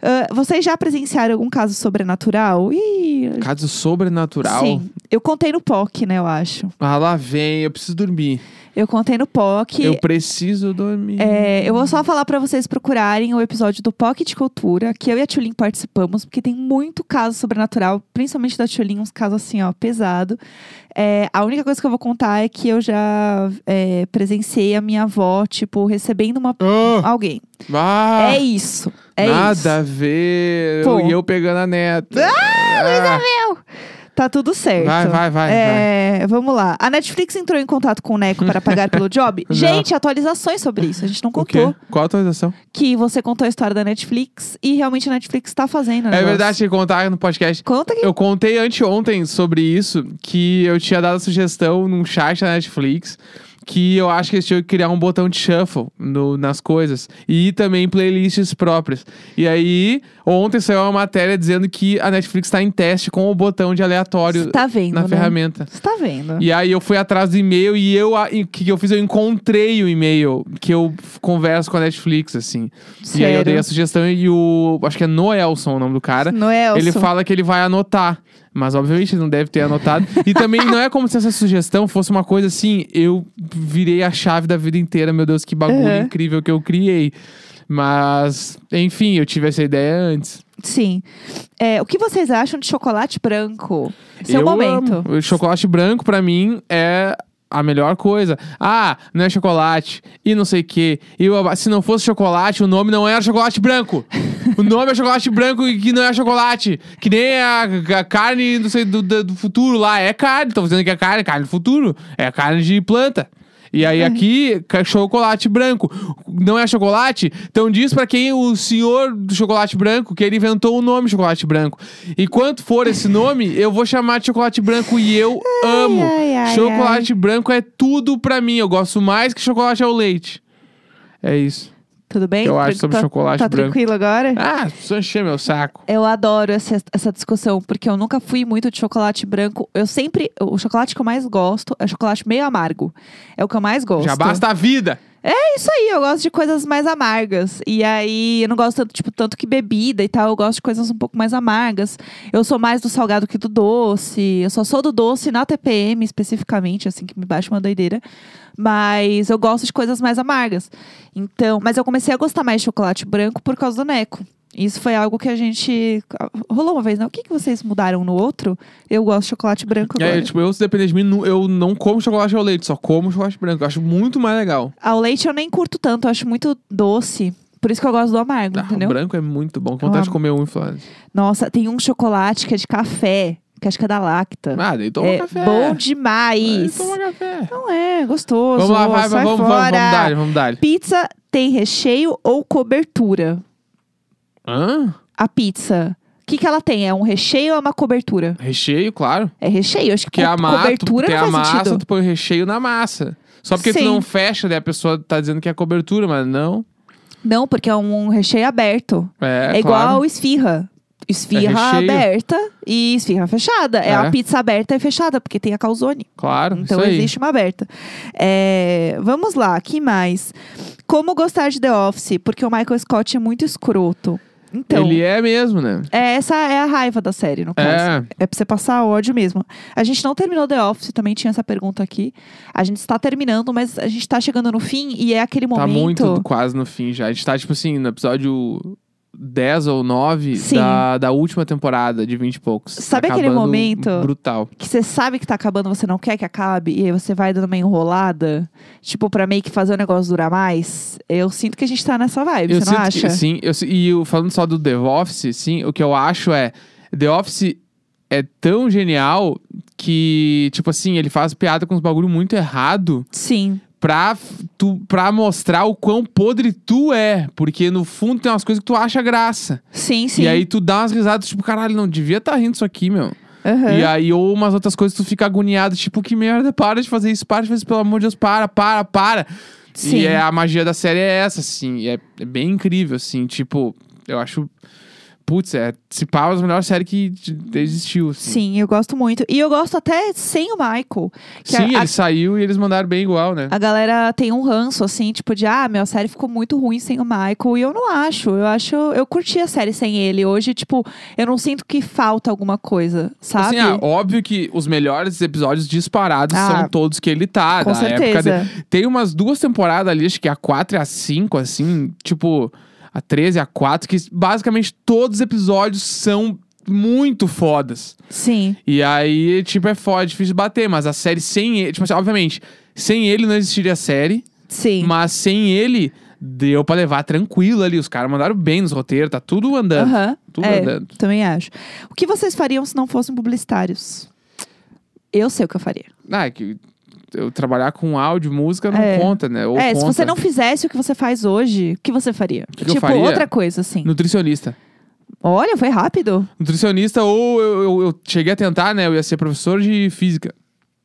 [SPEAKER 1] Ah, vocês já presenciaram algum caso sobrenatural? Ih,
[SPEAKER 2] Caso sobrenatural.
[SPEAKER 1] Sim. Eu contei no POC, né, eu acho.
[SPEAKER 2] Ah, lá vem, eu preciso dormir.
[SPEAKER 1] Eu contei no POC.
[SPEAKER 2] Eu preciso dormir.
[SPEAKER 1] É, eu vou só falar pra vocês procurarem o episódio do Pocket Cultura, que eu e a Tulin participamos, porque tem muito caso sobrenatural, principalmente da Tulin, uns casos assim, ó, pesado. É, a única coisa que eu vou contar é que eu já é, presenciei a minha avó, tipo, recebendo uma.
[SPEAKER 2] Ah,
[SPEAKER 1] alguém.
[SPEAKER 2] ah,
[SPEAKER 1] É isso. É
[SPEAKER 2] nada
[SPEAKER 1] isso.
[SPEAKER 2] a ver.
[SPEAKER 1] Pô. é
[SPEAKER 2] E eu pegando a neta. Ah,
[SPEAKER 1] Tá tudo certo.
[SPEAKER 2] Vai, vai, vai,
[SPEAKER 1] É, vamos lá. A Netflix entrou em contato com o Neco para pagar pelo job?
[SPEAKER 2] Não.
[SPEAKER 1] Gente, atualizações sobre isso. A gente não
[SPEAKER 2] O quê?
[SPEAKER 1] contou.
[SPEAKER 2] Qual a atualização?
[SPEAKER 1] que você contou a história da Netflix e realmente a Netflix tá fazendo. o
[SPEAKER 2] É
[SPEAKER 1] negócio.
[SPEAKER 2] verdade que contar no podcast.
[SPEAKER 1] Conta que.
[SPEAKER 2] Eu contei anteontem sobre isso, que eu tinha dado a sugestão num chat da Netflix que eu acho que eles tinham que criar um botão de shuffle no- nas coisas e também playlists próprias. E aí, ontem saiu uma matéria dizendo que a Netflix está em teste com o botão de aleatório
[SPEAKER 1] Você tá vendo,
[SPEAKER 2] na
[SPEAKER 1] né?
[SPEAKER 2] ferramenta.
[SPEAKER 1] Você tá vendo.
[SPEAKER 2] E aí eu fui atrás do e-mail e eu a- e o que que eu fiz eu encontrei o e-mail que eu f- converso com a Netflix assim. E aí eu
[SPEAKER 1] Sério.
[SPEAKER 2] dei a sugestão e o acho que é Noelson o nome do cara.
[SPEAKER 1] Noelson.
[SPEAKER 2] Ele fala que ele vai anotar. Mas, obviamente, ele não deve ter anotado. E também não é como se essa sugestão fosse uma coisa assim. Eu virei a chave da vida inteira. Meu Deus, que bagulho
[SPEAKER 1] Uhum.
[SPEAKER 2] incrível que eu criei. Mas, enfim, eu tive essa ideia antes.
[SPEAKER 1] Sim. É, o que vocês acham de chocolate branco? Seu
[SPEAKER 2] eu
[SPEAKER 1] é momento.
[SPEAKER 2] amo. O chocolate branco, pra mim, é a melhor coisa. Ah, não é chocolate. E não sei o quê. E o aba- se não fosse chocolate, o nome não era chocolate branco. o nome é chocolate branco e que não é chocolate. Que nem a, a carne não sei, do, do- do futuro lá. É carne. Estão dizendo que é carne. Carne do futuro. É carne de planta. E
[SPEAKER 1] Uhum.
[SPEAKER 2] aí aqui, ca- chocolate branco. Não é chocolate? Então diz pra quem o senhor do chocolate branco que ele inventou o nome chocolate branco. E quanto for esse nome, eu vou chamar de chocolate branco e eu amo.
[SPEAKER 1] ai, ai,
[SPEAKER 2] chocolate branco é tudo pra mim. Eu gosto mais que chocolate ao leite. É isso.
[SPEAKER 1] Tudo bem?
[SPEAKER 2] Eu acho
[SPEAKER 1] Tran-
[SPEAKER 2] sobre
[SPEAKER 1] tá,
[SPEAKER 2] chocolate
[SPEAKER 1] Tá
[SPEAKER 2] branco.
[SPEAKER 1] tranquilo agora?
[SPEAKER 2] Ah, só encher meu saco.
[SPEAKER 1] Eu adoro essa, essa discussão, porque eu nunca fui muito de chocolate branco. Eu sempre. O chocolate que eu mais gosto é chocolate meio amargo. É o que eu mais gosto.
[SPEAKER 2] Já basta a vida.
[SPEAKER 1] É isso aí, eu gosto de coisas mais amargas. E aí, eu não gosto tanto, tipo, tanto que bebida e tal, eu gosto de coisas um pouco mais amargas. Eu sou mais do salgado que do doce. Eu só sou do doce na TPM especificamente, assim, que me baixa uma doideira. Mas eu gosto de coisas mais amargas. Então, mas eu comecei a gostar mais de chocolate branco por causa do Neco. Isso foi algo que a gente. ah, Rolou uma vez, não? O que, que vocês mudaram no outro? Eu gosto de chocolate branco agora.
[SPEAKER 2] É, tipo, eu, se depender de mim, nu- eu não como chocolate ao leite, só como chocolate branco. Eu acho muito mais legal.
[SPEAKER 1] Ao leite eu nem curto tanto, eu acho muito doce. Por isso que eu gosto do amargo,
[SPEAKER 2] Ah, o
[SPEAKER 1] entendeu?
[SPEAKER 2] branco é muito bom. Que vontade de
[SPEAKER 1] Ah.
[SPEAKER 2] comer um, Flávio.
[SPEAKER 1] Nossa, tem um chocolate que é de café, que acho que é da Lacta.
[SPEAKER 2] Ah, daí toma
[SPEAKER 1] é
[SPEAKER 2] café.
[SPEAKER 1] bom
[SPEAKER 2] Daí
[SPEAKER 1] demais.
[SPEAKER 2] Toma café.
[SPEAKER 1] Não é, gostoso.
[SPEAKER 2] Vamos lá, vai,
[SPEAKER 1] sai
[SPEAKER 2] vamos, vamos,
[SPEAKER 1] fora.
[SPEAKER 2] vamos dar, vamos dar.
[SPEAKER 1] Pizza tem recheio ou cobertura?
[SPEAKER 2] Hã?
[SPEAKER 1] A pizza. O que, que ela tem? É um recheio ou é uma cobertura?
[SPEAKER 2] Recheio, claro.
[SPEAKER 1] É recheio. Acho que,
[SPEAKER 2] Que
[SPEAKER 1] co-
[SPEAKER 2] a massa, tu,
[SPEAKER 1] cobertura
[SPEAKER 2] tem
[SPEAKER 1] não
[SPEAKER 2] a
[SPEAKER 1] faz
[SPEAKER 2] massa,
[SPEAKER 1] sentido.
[SPEAKER 2] tu põe o recheio na massa. Só porque
[SPEAKER 1] Sim.
[SPEAKER 2] tu não fecha, daí a pessoa tá dizendo que é cobertura, mas não.
[SPEAKER 1] Não, porque é um recheio aberto.
[SPEAKER 2] É,
[SPEAKER 1] É,
[SPEAKER 2] claro.
[SPEAKER 1] igual esfirra. Esfirra
[SPEAKER 2] recheio.
[SPEAKER 1] aberta e esfirra fechada. É,
[SPEAKER 2] É.
[SPEAKER 1] a pizza aberta e fechada, porque tem a calzone.
[SPEAKER 2] Claro,
[SPEAKER 1] Então
[SPEAKER 2] isso aí.
[SPEAKER 1] existe uma aberta. É, vamos lá, que mais? Como gostar de The Office? Porque o Michael Scott é muito escroto. Então,
[SPEAKER 2] Ele é mesmo, né?
[SPEAKER 1] é, essa é a raiva da série, no caso.
[SPEAKER 2] É.
[SPEAKER 1] É pra você passar ódio mesmo. A gente não terminou The Office, também tinha essa pergunta aqui. A gente está terminando, mas a gente tá chegando no fim e é aquele
[SPEAKER 2] Tá
[SPEAKER 1] momento.
[SPEAKER 2] muito quase no fim já. A gente tá, tipo assim, no episódio 10 ou 9
[SPEAKER 1] Sim.
[SPEAKER 2] da, da última temporada de 20 e poucos.
[SPEAKER 1] Sabe
[SPEAKER 2] Tá
[SPEAKER 1] aquele
[SPEAKER 2] acabando
[SPEAKER 1] momento?
[SPEAKER 2] Brutal.
[SPEAKER 1] Que você sabe que tá acabando, você não quer que acabe, e aí você vai dando uma enrolada, tipo, pra meio que fazer o negócio durar mais. Eu sinto que a gente tá nessa vibe,
[SPEAKER 2] eu
[SPEAKER 1] você não
[SPEAKER 2] sinto
[SPEAKER 1] acha?
[SPEAKER 2] Que, sim, eu, si- e eu, falando só do The Office, sim, o que eu acho é. The Office é tão genial que, tipo assim, ele faz piada com uns bagulho muito errado
[SPEAKER 1] Sim.
[SPEAKER 2] pra, f- tu, pra mostrar o quão podre tu é. Porque no fundo tem umas coisas que tu acha graça.
[SPEAKER 1] Sim, sim.
[SPEAKER 2] E aí tu dá umas risadas, tipo, caralho, não devia tá rindo isso aqui, meu.
[SPEAKER 1] Aham.
[SPEAKER 2] E aí, ou umas outras coisas, tu fica agoniado, tipo, que merda, para de fazer isso, para de fazer isso, pelo amor de Deus, para, para, para.
[SPEAKER 1] Sim.
[SPEAKER 2] E é, a magia da série é essa, assim, e é, é bem incrível, assim, tipo, eu acho, putz, é, se pá, é a melhor série que de- existiu, assim.
[SPEAKER 1] Sim, eu gosto muito. E eu gosto até sem o Michael. Que
[SPEAKER 2] Sim,
[SPEAKER 1] a,
[SPEAKER 2] ele saiu e eles mandaram bem igual, né?
[SPEAKER 1] a galera tem um ranço, assim, tipo, de ah, meu, a série ficou muito ruim sem o Michael. E eu não acho. Eu acho. Eu curti a série sem ele. Hoje, tipo, eu não sinto que falta alguma coisa, sabe?
[SPEAKER 2] Assim, ah, óbvio que os melhores episódios disparados
[SPEAKER 1] Ah,
[SPEAKER 2] são todos que ele tá.
[SPEAKER 1] com
[SPEAKER 2] da época
[SPEAKER 1] certeza.
[SPEAKER 2] dele. Tem umas duas temporadas ali, acho que é a 4 e a 5, assim, tipo, a 13 e a 4, que basicamente todos os episódios são muito fodas.
[SPEAKER 1] Sim.
[SPEAKER 2] E aí, tipo, é foda, difícil de bater, mas a série sem ele, tipo assim, obviamente, sem ele não existiria a série,
[SPEAKER 1] Sim.
[SPEAKER 2] mas sem ele deu pra levar tranquilo ali. Os caras mandaram bem nos roteiros, tá tudo andando.
[SPEAKER 1] Aham.
[SPEAKER 2] Tudo
[SPEAKER 1] É,
[SPEAKER 2] andando.
[SPEAKER 1] também acho. O que vocês fariam se não fossem publicitários? Eu sei o que eu faria.
[SPEAKER 2] Ah, é que eu trabalhar com áudio, música não
[SPEAKER 1] É.
[SPEAKER 2] conta, né? Ou
[SPEAKER 1] é, se
[SPEAKER 2] conta.
[SPEAKER 1] você não fizesse o que você faz hoje, o que você faria?
[SPEAKER 2] que eu
[SPEAKER 1] tipo,
[SPEAKER 2] faria?
[SPEAKER 1] outra coisa, assim.
[SPEAKER 2] Nutricionista.
[SPEAKER 1] Olha, foi rápido.
[SPEAKER 2] Nutricionista ou eu, eu- eu cheguei a tentar, né? Eu ia ser professor de física.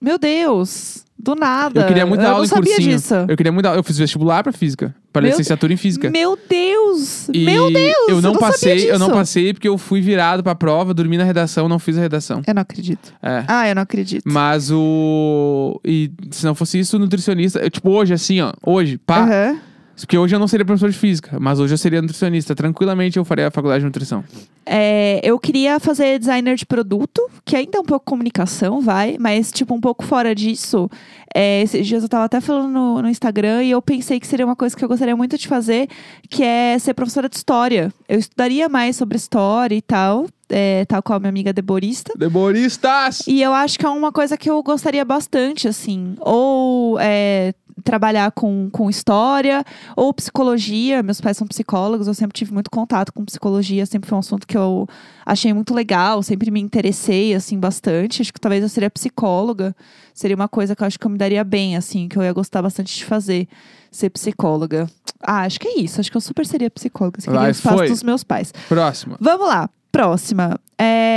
[SPEAKER 1] Meu Deus, do nada.
[SPEAKER 2] Eu queria muito dar
[SPEAKER 1] Eu
[SPEAKER 2] aula
[SPEAKER 1] não
[SPEAKER 2] em
[SPEAKER 1] sabia
[SPEAKER 2] cursinho.
[SPEAKER 1] disso.
[SPEAKER 2] Eu queria muito dar, eu fiz vestibular pra física, para
[SPEAKER 1] Ah. Meu-
[SPEAKER 2] licenciatura em física.
[SPEAKER 1] Meu Deus!
[SPEAKER 2] E
[SPEAKER 1] Meu Deus!
[SPEAKER 2] Eu não,
[SPEAKER 1] sabia
[SPEAKER 2] passei, eu não
[SPEAKER 1] disso.
[SPEAKER 2] passei porque eu fui virado pra prova, dormi na redação, não fiz a redação.
[SPEAKER 1] Eu não acredito.
[SPEAKER 2] É.
[SPEAKER 1] Ah, eu não acredito.
[SPEAKER 2] Mas o e se não fosse isso, nutricionista, eu, tipo hoje assim, ó, hoje, pá,
[SPEAKER 1] Aham.
[SPEAKER 2] porque hoje eu não seria professor de física, mas hoje eu seria nutricionista, tranquilamente eu faria a faculdade de nutrição.
[SPEAKER 1] É, eu queria fazer designer de produto, que ainda é um pouco comunicação, vai, mas, tipo, um pouco fora disso. É, esses dias eu tava até falando no, no Instagram e eu pensei que seria uma coisa que eu gostaria muito de fazer, que é ser professora de história. Eu estudaria mais sobre história e tal, é, tal qual minha amiga Deborista.
[SPEAKER 2] Deboristas!
[SPEAKER 1] E eu acho que é uma coisa que eu gostaria bastante, assim. Ou é, trabalhar com, com história, ou psicologia. Meus pais são psicólogos, eu sempre tive muito contato com psicologia, sempre foi um assunto que eu achei muito legal, sempre me interessei, assim, bastante. Acho que talvez eu seria psicóloga. Seria uma coisa que eu acho que eu me daria bem, assim, que eu ia gostar bastante de fazer, ser psicóloga. Ah, acho que é isso. Acho que eu super seria psicóloga. Assim,
[SPEAKER 2] Vai,
[SPEAKER 1] queria os passos
[SPEAKER 2] foi.
[SPEAKER 1] dos meus pais.
[SPEAKER 2] Próxima.
[SPEAKER 1] Vamos lá, próxima.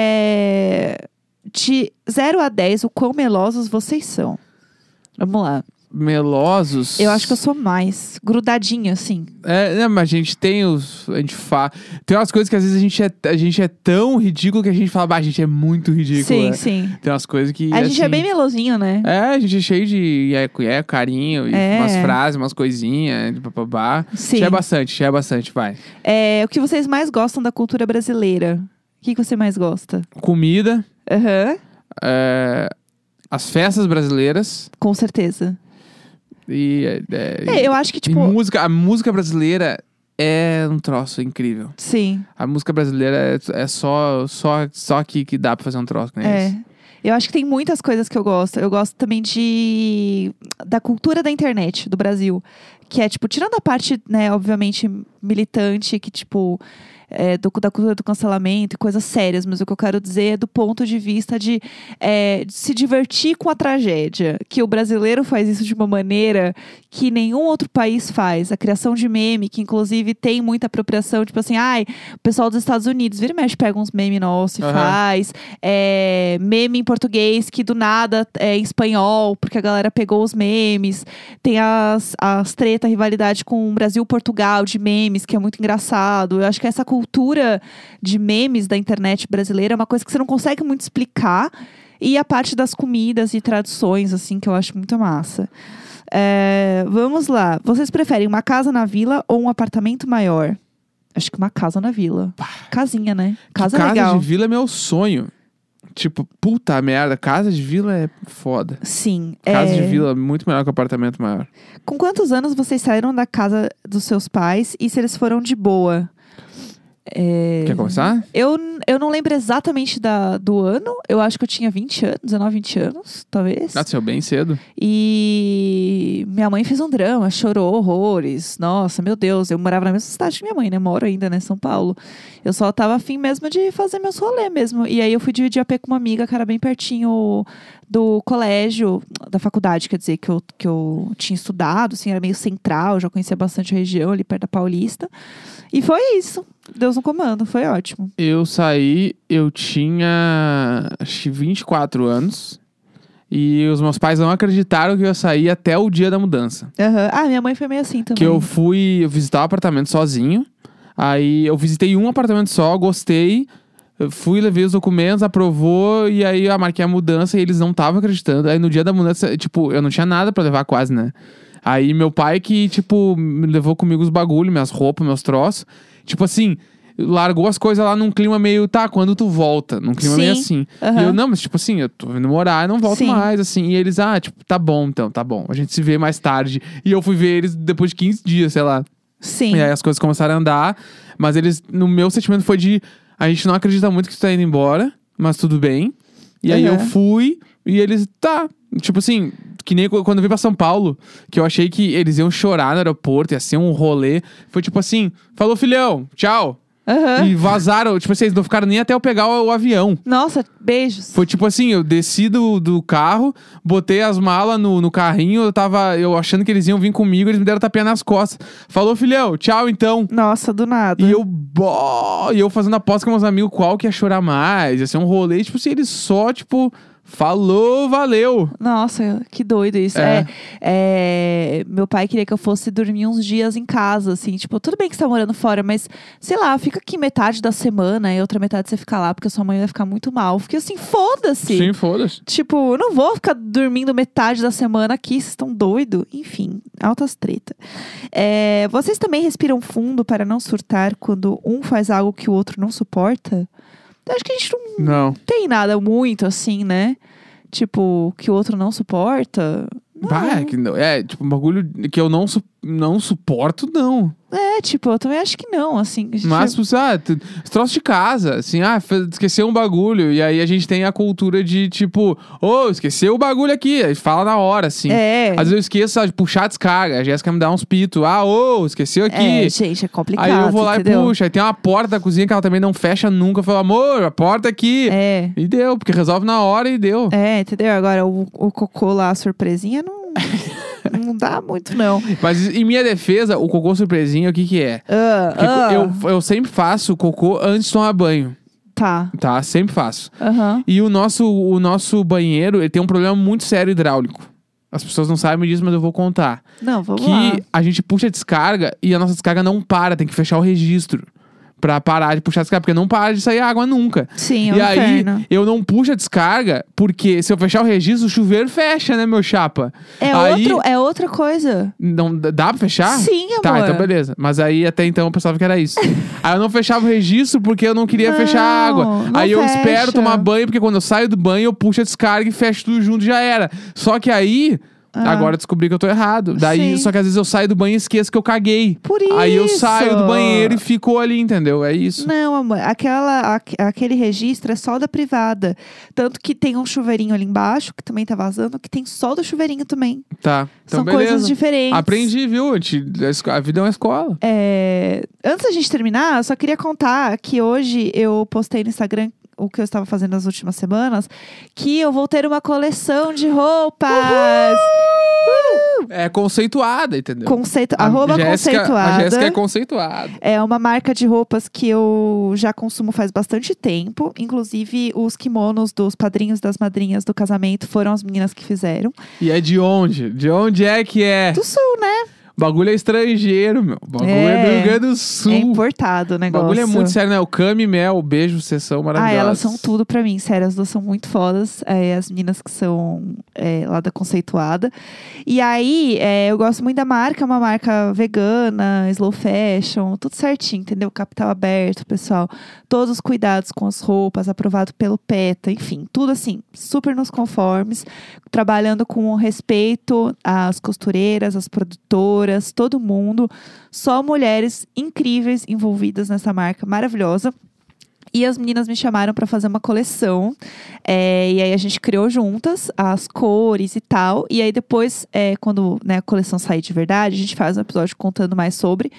[SPEAKER 1] É... De 0 a 10, o quão melosos vocês são? Vamos lá.
[SPEAKER 2] Melosos.
[SPEAKER 1] Eu acho que eu sou mais grudadinha, assim.
[SPEAKER 2] É, né, mas a gente tem os. A gente fala. Tem umas coisas que às vezes a gente é, a gente é tão ridículo que a gente fala, bah, a gente é muito ridículo.
[SPEAKER 1] sim,
[SPEAKER 2] né?"
[SPEAKER 1] sim.
[SPEAKER 2] Tem umas coisas que.
[SPEAKER 1] a gente é
[SPEAKER 2] assim,
[SPEAKER 1] bem melosinho, né?
[SPEAKER 2] É, a gente é cheio de eco, eco, carinho, e
[SPEAKER 1] É.
[SPEAKER 2] umas frases, umas coisinhas, babá.
[SPEAKER 1] Sim.
[SPEAKER 2] é bastante, cheia bastante, vai.
[SPEAKER 1] É, o que vocês mais gostam da cultura brasileira? O que, que você mais gosta?
[SPEAKER 2] Comida,
[SPEAKER 1] Aham,
[SPEAKER 2] é, as festas brasileiras
[SPEAKER 1] com certeza.
[SPEAKER 2] e. é, é,
[SPEAKER 1] É, eu acho que,
[SPEAKER 2] e
[SPEAKER 1] tipo,
[SPEAKER 2] música, a música brasileira é um troço incrível.
[SPEAKER 1] Sim.
[SPEAKER 2] A música brasileira é, é só, só, só aqui que dá pra fazer um troço, né?
[SPEAKER 1] É. Eu acho que tem muitas coisas que eu gosto. Eu gosto também de da cultura da internet do Brasil, que é tipo tirando a parte, né, obviamente militante, que tipo é, do, da cultura do cancelamento e coisas sérias, mas o que eu quero dizer é do ponto de vista de, é, de se divertir com a tragédia. Que o brasileiro faz isso de uma maneira que nenhum outro país faz. A criação de meme, que inclusive tem muita apropriação, tipo assim, ai, o pessoal dos Estados Unidos vira e mexe, pega uns memes nossos e
[SPEAKER 2] Aham.
[SPEAKER 1] faz. É, meme em português que do nada é em espanhol, porque a galera pegou os memes. Tem as, as treta, a rivalidade com o Brasil-Portugal de memes, que é muito engraçado. Eu acho que essa cultura de memes da internet brasileira é uma coisa que você não consegue muito explicar. E a parte das comidas e tradições, assim, que eu acho muito massa. É, vamos lá. Vocês preferem uma casa na vila ou um apartamento maior? Acho que uma casa na vila. Casinha, né? Casa,
[SPEAKER 2] casa
[SPEAKER 1] legal.
[SPEAKER 2] de vila é meu sonho. Tipo, puta merda, casa de vila é foda.
[SPEAKER 1] Sim.
[SPEAKER 2] Casa
[SPEAKER 1] é...
[SPEAKER 2] de vila é muito melhor que apartamento maior.
[SPEAKER 1] Com quantos anos vocês saíram da casa dos seus pais e se eles foram de boa? É,
[SPEAKER 2] Quer começar?
[SPEAKER 1] Eu, eu não lembro exatamente da, do ano. Eu acho que eu tinha 20 anos, 19, 20 anos, talvez.
[SPEAKER 2] Nasceu bem cedo.
[SPEAKER 1] E minha mãe fez um drama, chorou horrores. Nossa, meu Deus, eu morava na mesma cidade que minha mãe, né? Moro ainda, né? São Paulo. Eu só tava afim mesmo de fazer meus rolê mesmo. E aí eu fui dividir AP com uma amiga que era bem pertinho do colégio, da faculdade, quer dizer, que eu, que eu tinha estudado, assim, era meio central, já conhecia bastante a região ali perto da Paulista. E foi isso. Deus no comando, foi ótimo.
[SPEAKER 2] Eu saí, eu tinha acho que 24 anos. E os meus pais não acreditaram que eu ia sair até o dia da mudança.
[SPEAKER 1] Aham. Ah, minha mãe foi meio assim também.
[SPEAKER 2] Que eu fui eu visitar o apartamento sozinho. Aí eu visitei um apartamento só, gostei. eu Fui, levei os documentos, aprovou, e aí eu marquei a mudança e eles não estavam acreditando. Aí no dia da mudança, tipo, eu não tinha nada pra levar quase, né? Aí meu pai que, tipo, me levou comigo os bagulhos, minhas roupas, meus troços. Tipo assim, largou as coisas lá num clima meio, tá, quando tu volta? Num clima meio
[SPEAKER 1] Sim.
[SPEAKER 2] assim.
[SPEAKER 1] Aham.
[SPEAKER 2] E eu, não, mas tipo assim, eu tô vindo morar, eu não volto
[SPEAKER 1] Sim.
[SPEAKER 2] mais, assim. E eles, ah, tipo, tá bom então, tá bom. A gente se vê mais tarde. E eu fui ver eles depois de 15 dias, sei lá.
[SPEAKER 1] Sim.
[SPEAKER 2] E aí as coisas começaram a andar. Mas eles, no meu sentimento foi de, a gente não acredita muito que tu tá indo embora, mas tudo bem. E aí eu
[SPEAKER 1] Aham.
[SPEAKER 2] fui, e eles, tá. Tipo assim, que nem quando eu vim pra São Paulo, que eu achei que eles iam chorar no aeroporto, ia ser um rolê. Foi tipo assim, falou filhão, tchau.
[SPEAKER 1] Aham.
[SPEAKER 2] E vazaram, tipo assim, eles não ficaram nem até eu pegar o- o avião.
[SPEAKER 1] Nossa, beijos.
[SPEAKER 2] Foi tipo assim, eu desci do, do carro, botei as malas no, no carrinho, eu tava eu achando que eles iam vir comigo, eles me deram tapinha nas costas. Falou, filhão, tchau então.
[SPEAKER 1] Nossa, do nada.
[SPEAKER 2] E eu, bó, e eu fazendo aposta com meus amigos qual que ia chorar mais, ia ser um rolê, tipo, se eles só, tipo, falou, valeu.
[SPEAKER 1] Nossa, que doido isso.
[SPEAKER 2] É.
[SPEAKER 1] É. é, meu pai queria que eu fosse dormir uns dias em casa, assim. Tipo, tudo bem que você tá morando fora, mas sei lá, fica aqui metade da semana e outra metade você fica lá, porque sua mãe vai ficar muito mal. Fiquei assim, foda-se.
[SPEAKER 2] foda-se.
[SPEAKER 1] Tipo, eu não vou ficar dormindo metade da semana aqui, vocês estão doido? Enfim, altas treta. É, vocês também respiram fundo para não surtar quando um faz algo que o outro não suporta? Eu acho que a gente não
[SPEAKER 2] Não.
[SPEAKER 1] tem nada muito assim, né? Tipo, que o outro não suporta. Não.
[SPEAKER 2] Bah, é, que não- é, tipo, um bagulho que eu não, su- não suporto, não.
[SPEAKER 1] É, tipo, eu também acho que não, assim. a gente-
[SPEAKER 2] Mas, tipo, ah, tu- esse troço de casa, assim, ah, fe- esqueceu um bagulho. E aí a gente tem a cultura de, tipo, ô, esqueceu o bagulho aqui. Aí fala na hora, assim.
[SPEAKER 1] É.
[SPEAKER 2] Às vezes eu esqueço, sabe, de puxar a descarga. A Jéssica me dá uns pito. Ah, ô, esqueceu aqui.
[SPEAKER 1] É, gente, é complicado.
[SPEAKER 2] aí eu vou lá
[SPEAKER 1] entendeu?
[SPEAKER 2] e puxo. Aí tem uma porta da cozinha que ela também não fecha nunca. Eu falo, amor, a porta aqui.
[SPEAKER 1] É.
[SPEAKER 2] E deu, porque resolve na hora e deu.
[SPEAKER 1] É, entendeu? Agora o, o cocô lá, a surpresinha, não, não dá muito, não.
[SPEAKER 2] Mas em minha defesa, o cocô surpresinha, o que que é?
[SPEAKER 1] Ah,
[SPEAKER 2] Porque
[SPEAKER 1] ah,
[SPEAKER 2] eu, eu sempre faço cocô antes de tomar banho,
[SPEAKER 1] Tá.
[SPEAKER 2] tá? Sempre faço.
[SPEAKER 1] Aham.
[SPEAKER 2] E o nosso, o nosso banheiro, ele tem um problema muito sério hidráulico. As pessoas não sabem disso, mas eu vou contar.
[SPEAKER 1] Não, vamos
[SPEAKER 2] que
[SPEAKER 1] lá.
[SPEAKER 2] a gente puxa a descarga e a nossa descarga não para, tem que fechar o registro. Pra parar de puxar a descarga, porque não para de sair água nunca.
[SPEAKER 1] Sim, é um
[SPEAKER 2] e aí,
[SPEAKER 1] inferno.
[SPEAKER 2] eu não puxo a descarga, porque se eu fechar o registro, o chuveiro fecha, né, meu chapa?
[SPEAKER 1] É,
[SPEAKER 2] aí,
[SPEAKER 1] outro, é outra coisa.
[SPEAKER 2] Não, d- dá pra fechar?
[SPEAKER 1] Sim, amor.
[SPEAKER 2] Tá, então beleza. Mas aí até então eu pensava que era isso. aí eu não fechava o registro porque eu não queria fechar a água.
[SPEAKER 1] não
[SPEAKER 2] Aí eu espero
[SPEAKER 1] fecha.
[SPEAKER 2] tomar banho, porque quando eu saio do banho, eu puxo a descarga e fecho tudo junto, já era. Só que aí Agora eu descobri que eu tô errado. Daí,
[SPEAKER 1] Ah. Sim.
[SPEAKER 2] só que às vezes eu saio do banho e esqueço que eu caguei.
[SPEAKER 1] Por isso.
[SPEAKER 2] Aí eu saio do banheiro e fico ali, entendeu? É isso.
[SPEAKER 1] Não, amor, aquela, aque- aquele registro é só da privada. Tanto que tem um chuveirinho ali embaixo, que também tá vazando, que tem só do chuveirinho também.
[SPEAKER 2] Tá. Então,
[SPEAKER 1] São
[SPEAKER 2] beleza.
[SPEAKER 1] coisas diferentes.
[SPEAKER 2] Aprendi, viu? A gente- a esco- A vida é uma escola.
[SPEAKER 1] É, Antes da gente terminar, eu só queria contar que hoje eu postei no Instagram o que eu estava fazendo nas últimas semanas, que eu vou ter uma coleção de roupas.
[SPEAKER 2] É conceituada, entendeu?
[SPEAKER 1] Conceito,
[SPEAKER 2] A
[SPEAKER 1] arroba
[SPEAKER 2] Jéssica-
[SPEAKER 1] conceituada.
[SPEAKER 2] A Jéssica é conceituada.
[SPEAKER 1] É uma marca de roupas que eu já consumo faz bastante tempo. Inclusive, os kimonos dos padrinhos e das madrinhas do casamento foram as meninas que fizeram.
[SPEAKER 2] E é de onde? De onde é que é?
[SPEAKER 1] Do sul, né?
[SPEAKER 2] O bagulho é estrangeiro, meu. O bagulho é,
[SPEAKER 1] É.
[SPEAKER 2] do Rio Grande do
[SPEAKER 1] É
[SPEAKER 2] Sul.
[SPEAKER 1] importado o
[SPEAKER 2] o
[SPEAKER 1] negócio.
[SPEAKER 2] bagulho é muito sério, né? O Cami e Mel, beijo, sessão
[SPEAKER 1] Ah,
[SPEAKER 2] maravilhosa.
[SPEAKER 1] elas são tudo pra mim, sério. As duas são muito fodas. é, as meninas que são é, lá da Conceituada. E aí, é, eu gosto muito da marca. É uma marca vegana, slow fashion, tudo certinho, entendeu? Capital aberto, pessoal. Todos os cuidados com as roupas, aprovado pelo PETA. Enfim, tudo assim, super nos conformes. Trabalhando com respeito às costureiras, às produtoras, todo mundo. Só mulheres incríveis envolvidas nessa marca maravilhosa. E as meninas me chamaram pra fazer uma coleção. É, e aí a gente criou juntas as cores e tal. E aí depois, é, quando né, a coleção sair de verdade, a gente faz um episódio contando mais sobre.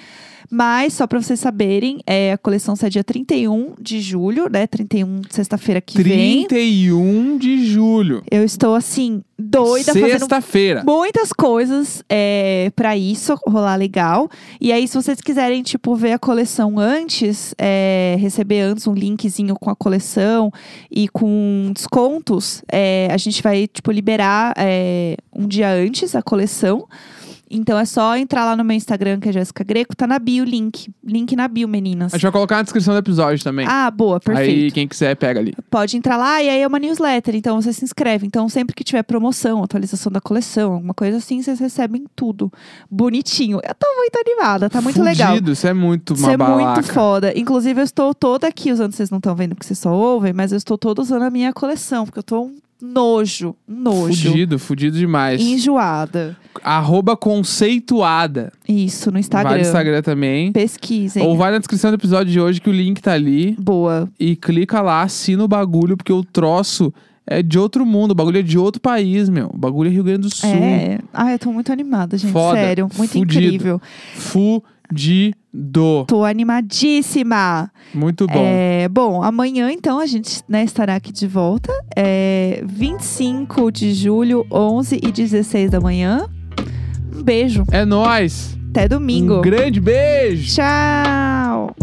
[SPEAKER 1] Mas, só pra vocês saberem, é, a coleção sai dia 31 de julho, né? 31, de sexta-feira que vem.
[SPEAKER 2] 31 de julho.
[SPEAKER 1] Eu estou, assim, doida fazendo
[SPEAKER 2] Sexta-feira.
[SPEAKER 1] muitas coisas é, para isso rolar legal. E aí, se vocês quiserem, tipo, ver a coleção antes, é, receber antes um linkzinho com a coleção e com descontos, é, a gente vai, tipo, liberar é, um dia antes a coleção. Então é só entrar lá no meu Instagram, que é Jéssica Greco, tá na bio o link. Link na bio, meninas.
[SPEAKER 2] A gente vai colocar na descrição do episódio também.
[SPEAKER 1] Ah, boa, perfeito
[SPEAKER 2] Aí quem quiser pega ali.
[SPEAKER 1] pode entrar lá e aí é uma newsletter, então você se inscreve. Então, sempre que tiver promoção, atualização da coleção, alguma coisa assim, vocês recebem tudo. Bonitinho. Eu tô muito animada, tá muito
[SPEAKER 2] Fudido,
[SPEAKER 1] legal.
[SPEAKER 2] Isso é muito
[SPEAKER 1] Isso
[SPEAKER 2] uma
[SPEAKER 1] é
[SPEAKER 2] balaca.
[SPEAKER 1] muito foda. Inclusive, eu estou toda aqui usando, vocês não estão vendo porque vocês só ouvem, mas eu estou toda usando a minha coleção, porque eu tô um nojo, um nojo.
[SPEAKER 2] Fudido, fudido demais.
[SPEAKER 1] Enjoada.
[SPEAKER 2] Arroba conceituada.
[SPEAKER 1] Isso, no Instagram.
[SPEAKER 2] Vai no Instagram também.
[SPEAKER 1] Pesquisem.
[SPEAKER 2] Ou vai na descrição do episódio de hoje que o link tá ali.
[SPEAKER 1] Boa.
[SPEAKER 2] E clica lá, assina o bagulho, porque o troço é de outro mundo. O bagulho é de outro país, meu. O bagulho é Rio Grande do Sul.
[SPEAKER 1] É. Ai, eu tô muito animada, gente.
[SPEAKER 2] Foda.
[SPEAKER 1] Sério. Muito
[SPEAKER 2] Fudido.
[SPEAKER 1] incrível.
[SPEAKER 2] Fudido.
[SPEAKER 1] Tô animadíssima.
[SPEAKER 2] Muito bom.
[SPEAKER 1] É, bom, amanhã então a gente né, estará aqui de volta. É, 25 de julho, 11 e 16 da manhã. Um beijo.
[SPEAKER 2] É, nóis.
[SPEAKER 1] Até domingo.
[SPEAKER 2] Um grande beijo.
[SPEAKER 1] Tchau.